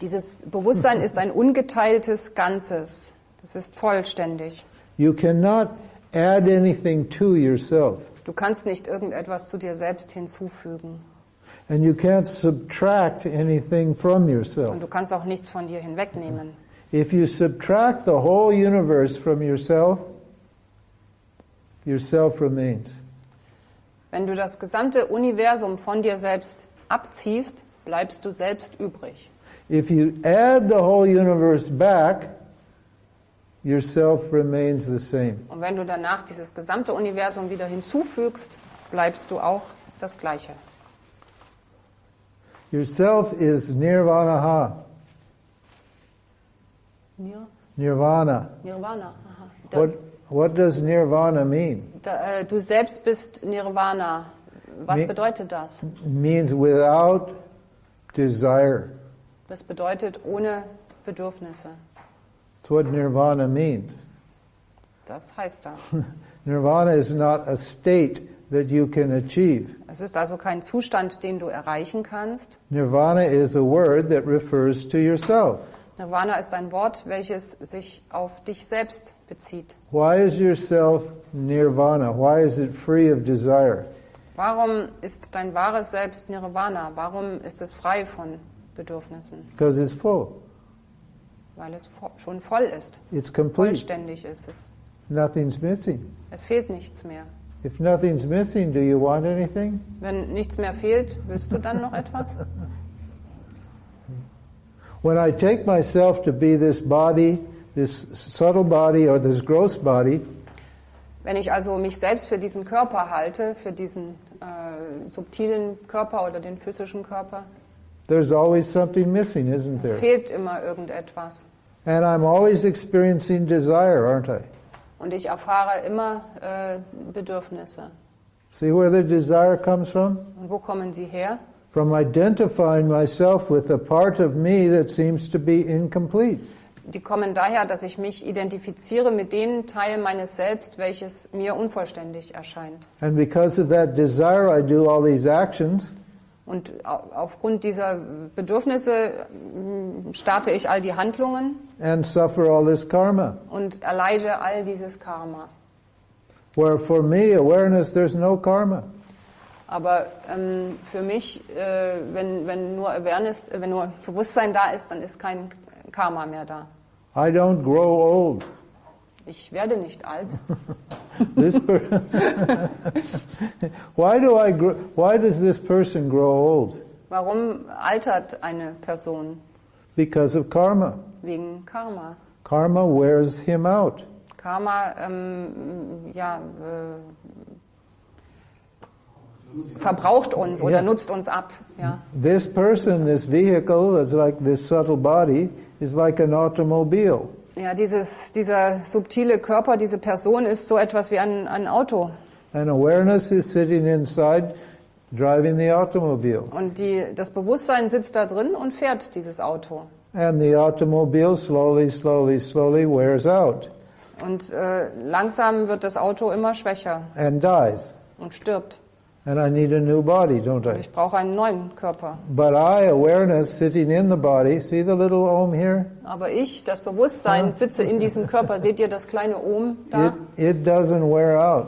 Speaker 3: Dieses Bewusstsein ist ein ungeteiltes Ganzes. Das ist vollständig.
Speaker 2: You cannot add anything to yourself.
Speaker 3: Du kannst nicht irgendetwas zu dir selbst hinzufügen.
Speaker 2: And you can't subtract anything from
Speaker 3: Und
Speaker 2: yourself.
Speaker 3: du kannst auch nichts von dir hinwegnehmen.
Speaker 2: If you subtract the whole universe from yourself, yourself remains.
Speaker 3: Wenn du das gesamte Universum von dir selbst abziehst, bleibst du selbst übrig.
Speaker 2: If you add the whole universe back, yourself remains the same.
Speaker 3: Und wenn du danach dieses gesamte Universum wieder hinzufügst, bleibst du auch das Gleiche.
Speaker 2: Yourself is nirvanaha,
Speaker 3: Nir
Speaker 2: nirvana.
Speaker 3: Nirvana. Aha. Da,
Speaker 2: What, what does nirvana mean?
Speaker 3: da, äh, du selbst bist Nirvana. Was
Speaker 2: Nee.
Speaker 3: bedeutet das?
Speaker 2: It means without desire.
Speaker 3: Das bedeutet ohne Bedürfnisse.
Speaker 2: It's what nirvana means. [laughs]
Speaker 3: Das heißt das.
Speaker 2: Nirvana is not a state that you can achieve.
Speaker 3: Es ist also kein Zustand, den du erreichen kannst.
Speaker 2: Nirvana is a word that refers to yourself.
Speaker 3: Nirvana ist ein Wort, welches sich auf dich selbst bezieht.
Speaker 2: Why is yourself nirvana? Why is it free of desire?
Speaker 3: Warum ist dein wahres Selbst Nirvana? Warum ist es frei von Bedürfnissen?
Speaker 2: Because it's full.
Speaker 3: Weil es vo- schon voll ist,
Speaker 2: It's complete.
Speaker 3: vollständig ist. Es,
Speaker 2: Nothing's missing.
Speaker 3: es fehlt nichts mehr.
Speaker 2: If nothing's missing, do you want anything?
Speaker 3: Wenn nichts mehr fehlt, willst du dann noch etwas?
Speaker 2: When I take myself to be this body, this subtle body or this gross body,
Speaker 3: Wenn ich also mich selbst für diesen Körper halte, für diesen äh, subtilen Körper oder den physischen Körper,
Speaker 2: there's always something missing, isn't there?
Speaker 3: fehlt immer irgendetwas.
Speaker 2: And I'm always experiencing desire, aren't I?
Speaker 3: Und ich erfahre immer äh, Bedürfnisse.
Speaker 2: See where the desire comes from?
Speaker 3: Und wo kommen sie her?
Speaker 2: From identifying myself with a part of me that seems to be incomplete.
Speaker 3: Die kommen daher, dass ich mich identifiziere mit dem Teil meines Selbst, welches mir unvollständig erscheint.
Speaker 2: And because of that desire, I do all these actions.
Speaker 3: Und au- aufgrund dieser Bedürfnisse mh, starte ich all die Handlungen
Speaker 2: and suffer all this karma.
Speaker 3: und erleide all dieses Karma.
Speaker 2: Where for me, awareness, there's no karma.
Speaker 3: Aber ähm, für mich, äh, wenn, wenn nur Awareness, äh, wenn nur Bewusstsein da ist, dann ist kein Karma mehr da.
Speaker 2: I don't grow old.
Speaker 3: Ich werde nicht alt.
Speaker 2: This per- [laughs] why do I grow, why does this person grow old?
Speaker 3: Warum altert eine Person?
Speaker 2: Because of karma.
Speaker 3: Wegen Karma.
Speaker 2: Karma wears him out.
Speaker 3: Karma, ähm, ja, äh, verbraucht uns oder
Speaker 2: Ja.
Speaker 3: nutzt uns ab. Ja.
Speaker 2: This person, this vehicle, is like this subtle body, is like an automobile.
Speaker 3: Ja, dieses, dieser subtile Körper, diese Person ist so etwas wie ein, ein Auto.
Speaker 2: And awareness is sitting inside, driving the automobile.
Speaker 3: Und die, das Bewusstsein sitzt da drin und fährt dieses Auto.
Speaker 2: And the automobile slowly, slowly, slowly wears out
Speaker 3: Und äh, langsam wird das Auto immer schwächer
Speaker 2: and dies.
Speaker 3: und stirbt.
Speaker 2: And I need a new body, don't I?
Speaker 3: Ich brauche einen neuen Körper.
Speaker 2: But I, awareness, sitting in the body, see the little ohm here?
Speaker 3: Aber ich, das Bewusstsein, sitze in diesem Körper. Seht ihr das kleine Ohm da?
Speaker 2: It, it doesn't wear out.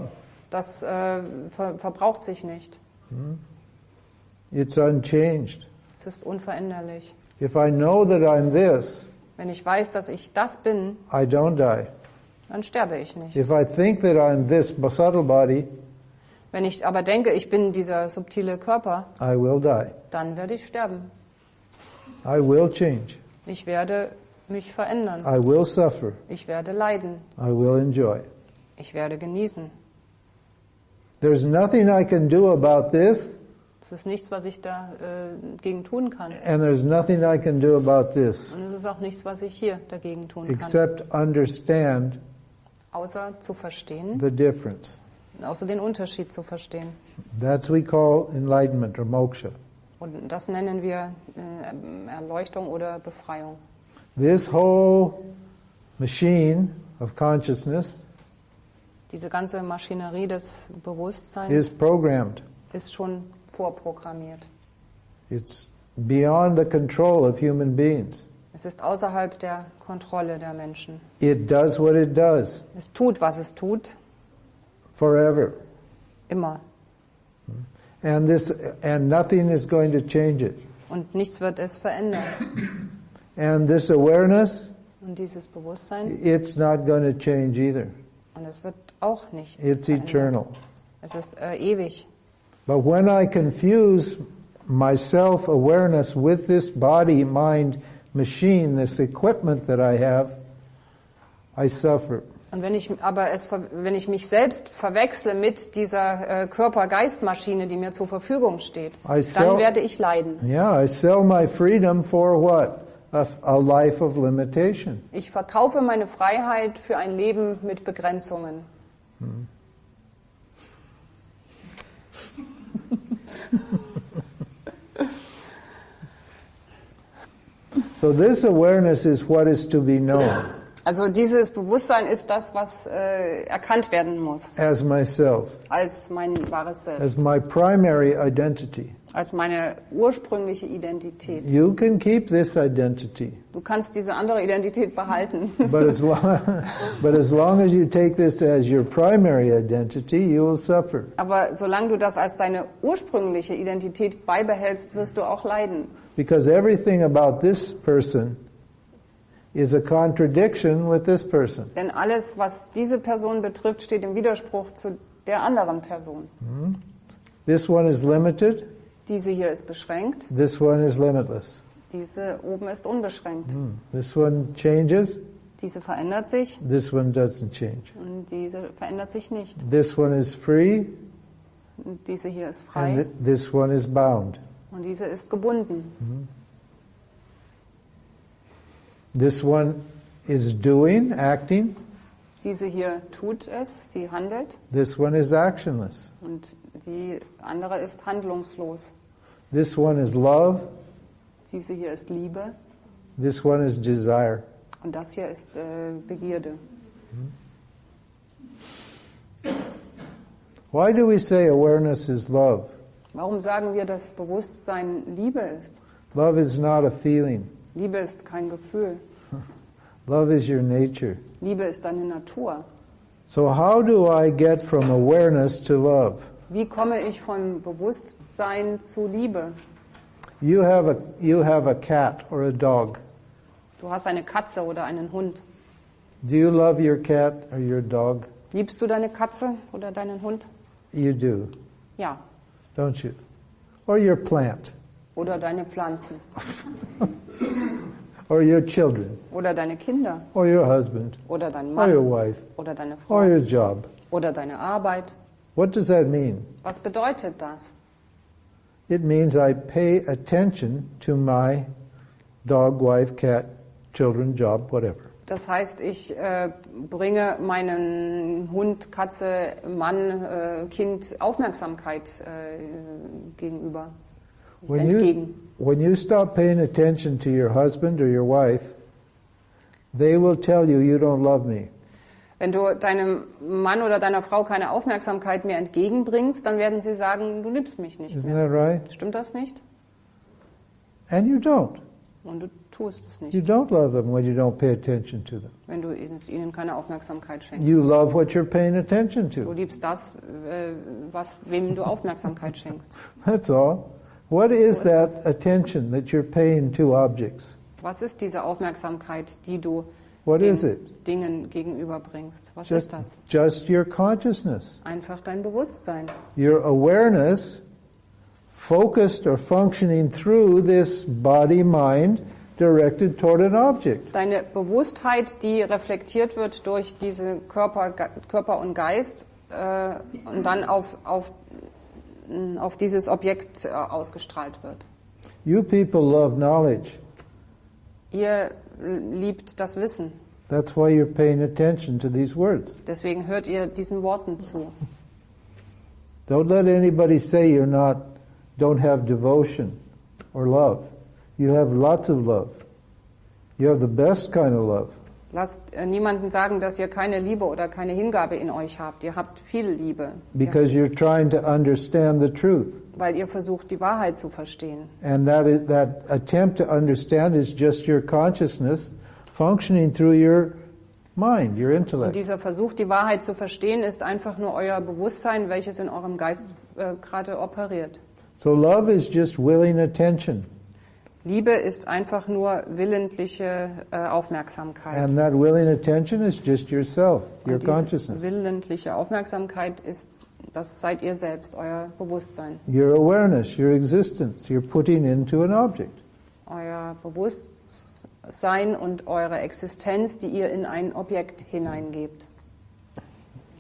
Speaker 3: Das äh, ver verbraucht sich nicht.
Speaker 2: It's unchanged.
Speaker 3: Es ist unveränderlich.
Speaker 2: If I know that I'm this,
Speaker 3: Wenn ich weiß, dass ich das bin,
Speaker 2: I don't die.
Speaker 3: dann sterbe ich nicht.
Speaker 2: If I think that I'm this subtle body,
Speaker 3: Wenn ich aber denke, ich bin dieser subtile Körper,
Speaker 2: I will die.
Speaker 3: dann werde ich sterben.
Speaker 2: I will change.
Speaker 3: Ich werde mich verändern.
Speaker 2: I will suffer.
Speaker 3: Ich werde leiden.
Speaker 2: I will enjoy.
Speaker 3: Ich werde genießen.
Speaker 2: There's nothing I can do about this,
Speaker 3: Es ist nichts, was ich dagegen äh, gegen tun kann.
Speaker 2: and there's nothing I can do about this,
Speaker 3: Und es ist auch nichts, was ich hier dagegen tun kann.
Speaker 2: except understand
Speaker 3: Außer zu verstehen,
Speaker 2: the difference.
Speaker 3: außer den Unterschied zu verstehen.
Speaker 2: That's we call enlightenment or moksha.
Speaker 3: Und das nennen wir äh, Erleuchtung oder Befreiung.
Speaker 2: This whole machine of consciousness
Speaker 3: Diese ganze Maschinerie des Bewusstseins
Speaker 2: is programmed.
Speaker 3: ist schon vorprogrammiert.
Speaker 2: It's beyond the control of human beings.
Speaker 3: Es ist außerhalb der Kontrolle der Menschen.
Speaker 2: It does what it does
Speaker 3: Es tut, was es tut,
Speaker 2: forever.
Speaker 3: immer.
Speaker 2: And this and nothing is going to change it.
Speaker 3: Und nichts wird es verändern.
Speaker 2: And this awareness,
Speaker 3: Und dieses Bewusstsein,
Speaker 2: it's not going to change either.
Speaker 3: und es wird auch nicht.
Speaker 2: It's
Speaker 3: verändert.
Speaker 2: eternal.
Speaker 3: Es ist äh, ewig.
Speaker 2: But when I confuse my self awareness with this body, mind, machine, this equipment that I have, I suffer.
Speaker 3: Und wenn ich aber es, ver- wenn ich mich selbst verwechsle mit dieser äh, Körper-Geist-Maschine, die mir zur Verfügung steht,
Speaker 2: I
Speaker 3: dann
Speaker 2: sell-
Speaker 3: werde ich leiden.
Speaker 2: Yeah, I sell my freedom for what? A, a life of limitation.
Speaker 3: Ich verkaufe meine Freiheit für ein Leben mit Begrenzungen.
Speaker 2: So this awareness is what is to be known
Speaker 3: Also dieses Bewusstsein ist das, was äh, erkannt werden muss
Speaker 2: as myself,
Speaker 3: als mein wahres Selbst,
Speaker 2: as my primary identity.
Speaker 3: als meine ursprüngliche Identität.
Speaker 2: You can keep this identity,
Speaker 3: Du kannst diese andere Identität behalten. [laughs]
Speaker 2: but as long, [laughs] but as long as you take this as your primary identity, you will suffer.
Speaker 3: Aber solange du das als deine ursprüngliche Identität beibehältst, wirst du auch leiden.
Speaker 2: Because everything about this person is a contradiction with this person.
Speaker 3: Denn alles, was diese Person betrifft, steht im Widerspruch zu der anderen Person.
Speaker 2: This one is limited,
Speaker 3: Diese hier ist beschränkt,
Speaker 2: this one is limitless. Hmm.
Speaker 3: diese oben ist unbeschränkt.
Speaker 2: Hm. This one changes,
Speaker 3: Diese verändert sich
Speaker 2: this one doesn't change.
Speaker 3: und diese verändert sich nicht.
Speaker 2: This one is free,
Speaker 3: Und diese hier ist
Speaker 2: and
Speaker 3: frei
Speaker 2: th- this one is bound.
Speaker 3: und diese ist gebunden.
Speaker 2: This one is doing, acting,
Speaker 3: Diese hier tut es, sie handelt
Speaker 2: this one is actionless.
Speaker 3: und die andere ist handlungslos.
Speaker 2: This one is love,
Speaker 3: Diese hier ist Liebe
Speaker 2: this one is desire.
Speaker 3: und das hier ist äh, Begierde.
Speaker 2: Why do we say awareness is love?
Speaker 3: Warum sagen wir, dass Bewusstsein Liebe ist?
Speaker 2: Love is not a feeling.
Speaker 3: Liebe ist kein Gefühl.
Speaker 2: Love is your nature.
Speaker 3: Liebe ist deine Natur.
Speaker 2: So how do I get from awareness to love?
Speaker 3: Wie komme ich von Bewusstsein zu Liebe?
Speaker 2: You have a you have a cat or a dog.
Speaker 3: Du hast eine Katze oder einen Hund.
Speaker 2: Do you love your cat or your dog?
Speaker 3: Liebst du deine Katze oder deinen Hund?
Speaker 2: You do,
Speaker 3: Ja.
Speaker 2: don't you? Or your plant
Speaker 3: Oder deine Pflanzen.
Speaker 2: or your children
Speaker 3: Oder deine Kinder.
Speaker 2: or your husband
Speaker 3: Oder dein
Speaker 2: or your
Speaker 3: Mann.
Speaker 2: wife
Speaker 3: Oder deine Frau.
Speaker 2: or your job.
Speaker 3: Oder deine Arbeit.
Speaker 2: What does that mean?
Speaker 3: Was bedeutet das?
Speaker 2: It means I pay attention to my dog, wife, cat, children, job, whatever.
Speaker 3: Das heißt, ich äh, bringe meinen Hund, Katze, Mann, äh, Kind Aufmerksamkeit äh, gegenüber.
Speaker 2: When you,
Speaker 3: entgegen.
Speaker 2: when you stop paying attention to your husband or your wife, they will tell you you don't love me.
Speaker 3: Wenn du deinem Mann oder deiner Frau keine Aufmerksamkeit mehr entgegenbringst, dann werden sie sagen, du liebst mich nicht
Speaker 2: Isn't
Speaker 3: mehr.
Speaker 2: that right?
Speaker 3: Stimmt das nicht?
Speaker 2: And you don't.
Speaker 3: Und du tust es
Speaker 2: You
Speaker 3: nicht,
Speaker 2: don't love them when you don't pay attention to them.
Speaker 3: wenn du ihnen keine Aufmerksamkeit schenkst.
Speaker 2: You love what you're paying attention
Speaker 3: Du
Speaker 2: to.
Speaker 3: liebst das, äh, was, wem du Aufmerksamkeit schenkst.
Speaker 2: That's all. What is that attention that you're paying to objects?
Speaker 3: Was ist diese Aufmerksamkeit, die du
Speaker 2: What
Speaker 3: den
Speaker 2: is it?
Speaker 3: Dingen gegenüberbringst? Was
Speaker 2: Just,
Speaker 3: ist das?
Speaker 2: just your consciousness,
Speaker 3: Einfach dein Bewusstsein.
Speaker 2: your awareness focused or functioning through this body mind directed toward an object.
Speaker 3: Deine Bewusstheit, die reflektiert wird durch diese Körper, Ge- Körper und Geist äh, und dann auf, auf, mh, auf dieses Objekt äh, ausgestrahlt wird.
Speaker 2: You people love knowledge.
Speaker 3: Ihr liebt das Wissen.
Speaker 2: That's why you're paying attention to these words.
Speaker 3: Deswegen hört ihr diesen Worten zu.
Speaker 2: Don't let anybody say you're not, don't have devotion or love. You have lots of love. You have the best kind of love.
Speaker 3: Lasst äh, niemanden sagen, dass ihr keine Liebe oder keine Hingabe in euch habt. Ihr habt viel Liebe,
Speaker 2: Because you're trying to understand the truth.
Speaker 3: weil ihr versucht, die Wahrheit zu verstehen.
Speaker 2: And that, is, that attempt to understand is just your consciousness functioning through your mind, your
Speaker 3: Und
Speaker 2: intellect.
Speaker 3: dieser Versuch, die Wahrheit zu verstehen, ist einfach nur euer Bewusstsein, welches in eurem Geist äh, gerade operiert.
Speaker 2: So love is just willing attention.
Speaker 3: Liebe ist einfach nur willentliche äh, Aufmerksamkeit.
Speaker 2: And that willing attention is just yourself, your
Speaker 3: Und diese
Speaker 2: consciousness,
Speaker 3: Willentliche Aufmerksamkeit ist, das seid ihr selbst, euer Bewusstsein.
Speaker 2: your awareness, your existence, you're putting into an object.
Speaker 3: Euer Bewusstsein und eure Existenz, die ihr in ein Objekt hineingebt.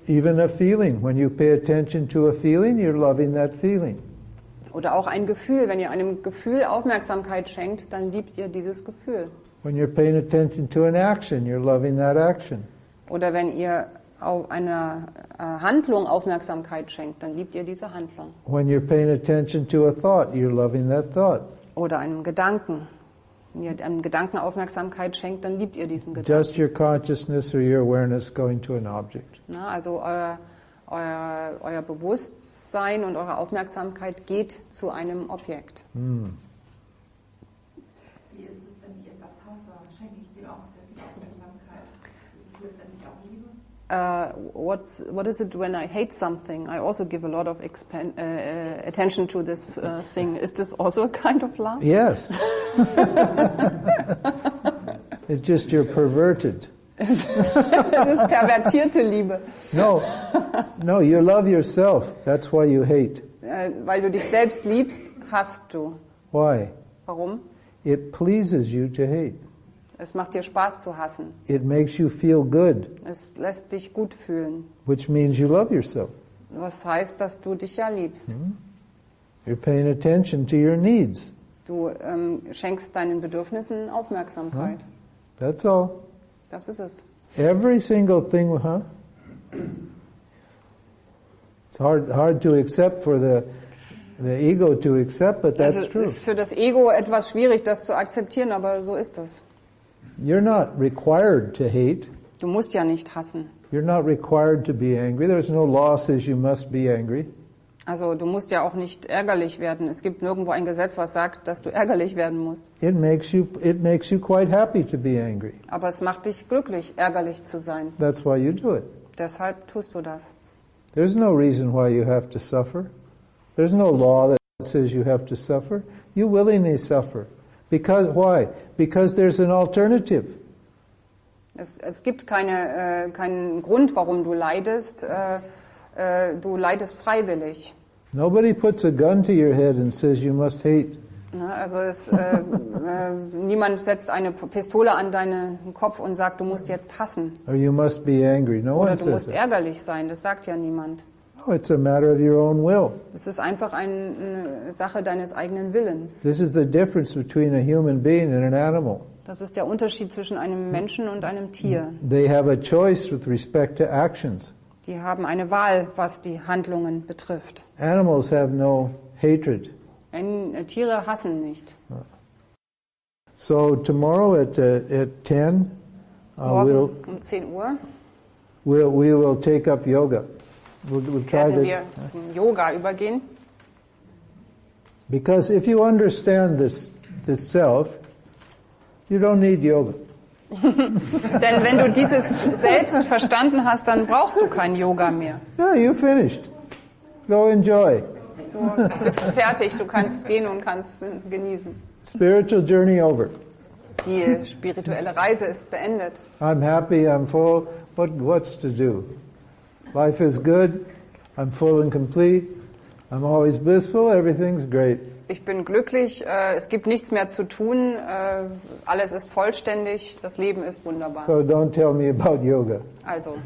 Speaker 2: Even a feeling. When you pay attention to a feeling, you're loving that feeling.
Speaker 3: Oder auch ein Gefühl. Wenn ihr einem Gefühl Aufmerksamkeit schenkt, dann liebt ihr dieses Gefühl.
Speaker 2: When you're paying attention to an action, you're loving that action.
Speaker 3: Oder wenn ihr auf einer äh, Handlung Aufmerksamkeit schenkt, dann liebt ihr diese Handlung.
Speaker 2: When you're paying attention to a thought, you're loving that thought.
Speaker 3: Oder einem Gedanken. ihr einem Gedanken Aufmerksamkeit schenkt, dann liebt ihr diesen Gedanken.
Speaker 2: Just your consciousness or your awareness going to an object.
Speaker 3: Ne? Also euer, euer, euer Bewusstsein und eure Aufmerksamkeit geht zu einem Objekt.
Speaker 6: Wie ist es, wenn ich etwas hasse? Schenke ich dem auch sehr viel Aufmerksamkeit? Ist es letztendlich auch Liebe?
Speaker 3: Uh, what's, what is it when I hate something? I also give a lot of expan- uh, uh, attention to this uh, thing. Is this also a kind of love?
Speaker 2: Yes. [laughs] it's just you're perverted.
Speaker 3: Das ist pervertierte Liebe,
Speaker 2: No, no, you love yourself. That's why you hate.
Speaker 3: Äh, weil du dich selbst liebst, hast du.
Speaker 2: Why?
Speaker 3: Warum?
Speaker 2: It pleases you to hate.
Speaker 3: Es macht dir Spaß zu hassen.
Speaker 2: It makes you feel good,
Speaker 3: Es lässt dich gut fühlen.
Speaker 2: which means you love yourself.
Speaker 3: Was heißt, dass du dich ja liebst.
Speaker 2: Mhm. You're paying attention to your needs.
Speaker 3: Du ähm, schenkst deinen Bedürfnissen Aufmerksamkeit.
Speaker 2: That's all.
Speaker 3: Das ist es.
Speaker 2: Every single thing, huh? It's hard, hard to accept for the, the ego to accept, but that's
Speaker 3: also
Speaker 2: true.
Speaker 3: ist für das Ego etwas schwierig, das zu akzeptieren, aber so ist es.
Speaker 2: You're not required to hate.
Speaker 3: Du musst ja nicht hassen.
Speaker 2: You're not required to be angry. There's no law says you must be angry.
Speaker 3: Also du musst ja auch nicht ärgerlich werden. Es gibt nirgendwo ein Gesetz, was sagt, dass du ärgerlich werden musst.
Speaker 2: It makes you, it makes you quite happy to be angry.
Speaker 3: Aber es macht dich glücklich, ärgerlich zu sein.
Speaker 2: That's why you do it.
Speaker 3: Deshalb tust du das.
Speaker 2: There's no reason why you have to suffer. There's no law that says you have to suffer. You willingly suffer. Because, why? Because there's an alternative.
Speaker 3: Es, es gibt keine, äh, keinen Grund, warum du leidest. Äh, äh, du leidest freiwillig.
Speaker 2: Nobody puts a gun to your head and says you must hate.
Speaker 3: Ne? Also es, äh, äh, niemand setzt eine P- Pistole an deinen Kopf und sagt, du musst jetzt hassen
Speaker 2: Or you must be angry. No
Speaker 3: oder
Speaker 2: one
Speaker 3: du musst
Speaker 2: says that.
Speaker 3: ärgerlich sein. Das sagt ja niemand.
Speaker 2: No, it's a matter of your own will.
Speaker 3: Es ist einfach ein, eine Sache deines eigenen Willens.
Speaker 2: This is the difference between a human being and an animal.
Speaker 3: Das ist der Unterschied zwischen einem Menschen und einem Tier.
Speaker 2: They have a choice with respect to actions.
Speaker 3: Die haben eine Wahl, was die Handlungen betrifft.
Speaker 2: Animals have no hatred.
Speaker 3: Ein, äh, Tiere hassen nicht.
Speaker 2: So tomorrow at uh, at ten, uh, we'll,
Speaker 3: Morgen um 10 Uhr
Speaker 2: we'll we will take up yoga. We'll, we'll try
Speaker 3: werden wir
Speaker 2: to
Speaker 3: zum Yoga übergehen.
Speaker 2: because if you understand this this self, you don't need yoga.
Speaker 3: Denn wenn du dieses selbst verstanden hast, dann brauchst du kein Yoga mehr.
Speaker 2: Yeah, you finished. Go enjoy.
Speaker 3: Du bist fertig, du kannst gehen und kannst äh, genießen.
Speaker 2: Spiritual journey over.
Speaker 3: Die spirituelle Reise ist beendet.
Speaker 2: I'm happy. I'm full. What what's to do? Life is good. I'm full and complete. I'm always blissful. Everything's great.
Speaker 3: Ich bin glücklich, äh, es gibt nichts mehr zu tun, äh, alles ist vollständig, das Leben ist wunderbar.
Speaker 2: So don't tell me about yoga.
Speaker 3: Also,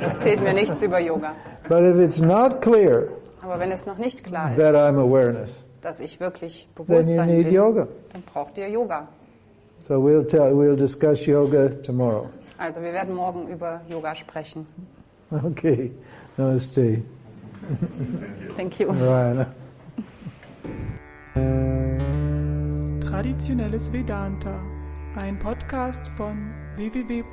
Speaker 3: erzählt mir nichts über Yoga.
Speaker 2: But if it's not clear
Speaker 3: Aber wenn es noch nicht klar ist,
Speaker 2: that I'm awareness,
Speaker 3: dass ich wirklich
Speaker 2: then you
Speaker 3: Bewusstsein
Speaker 2: need
Speaker 3: bin,
Speaker 2: yoga.
Speaker 3: dann braucht ihr Yoga.
Speaker 2: So we'll tell, we'll discuss yoga tomorrow. [laughs]
Speaker 3: Also wir werden morgen über Yoga sprechen.
Speaker 2: Okay, namaste,
Speaker 3: Thank you.
Speaker 2: Narayana.
Speaker 1: Traditionelles Vedanta. Ein Podcast von www.yoga-vidya.de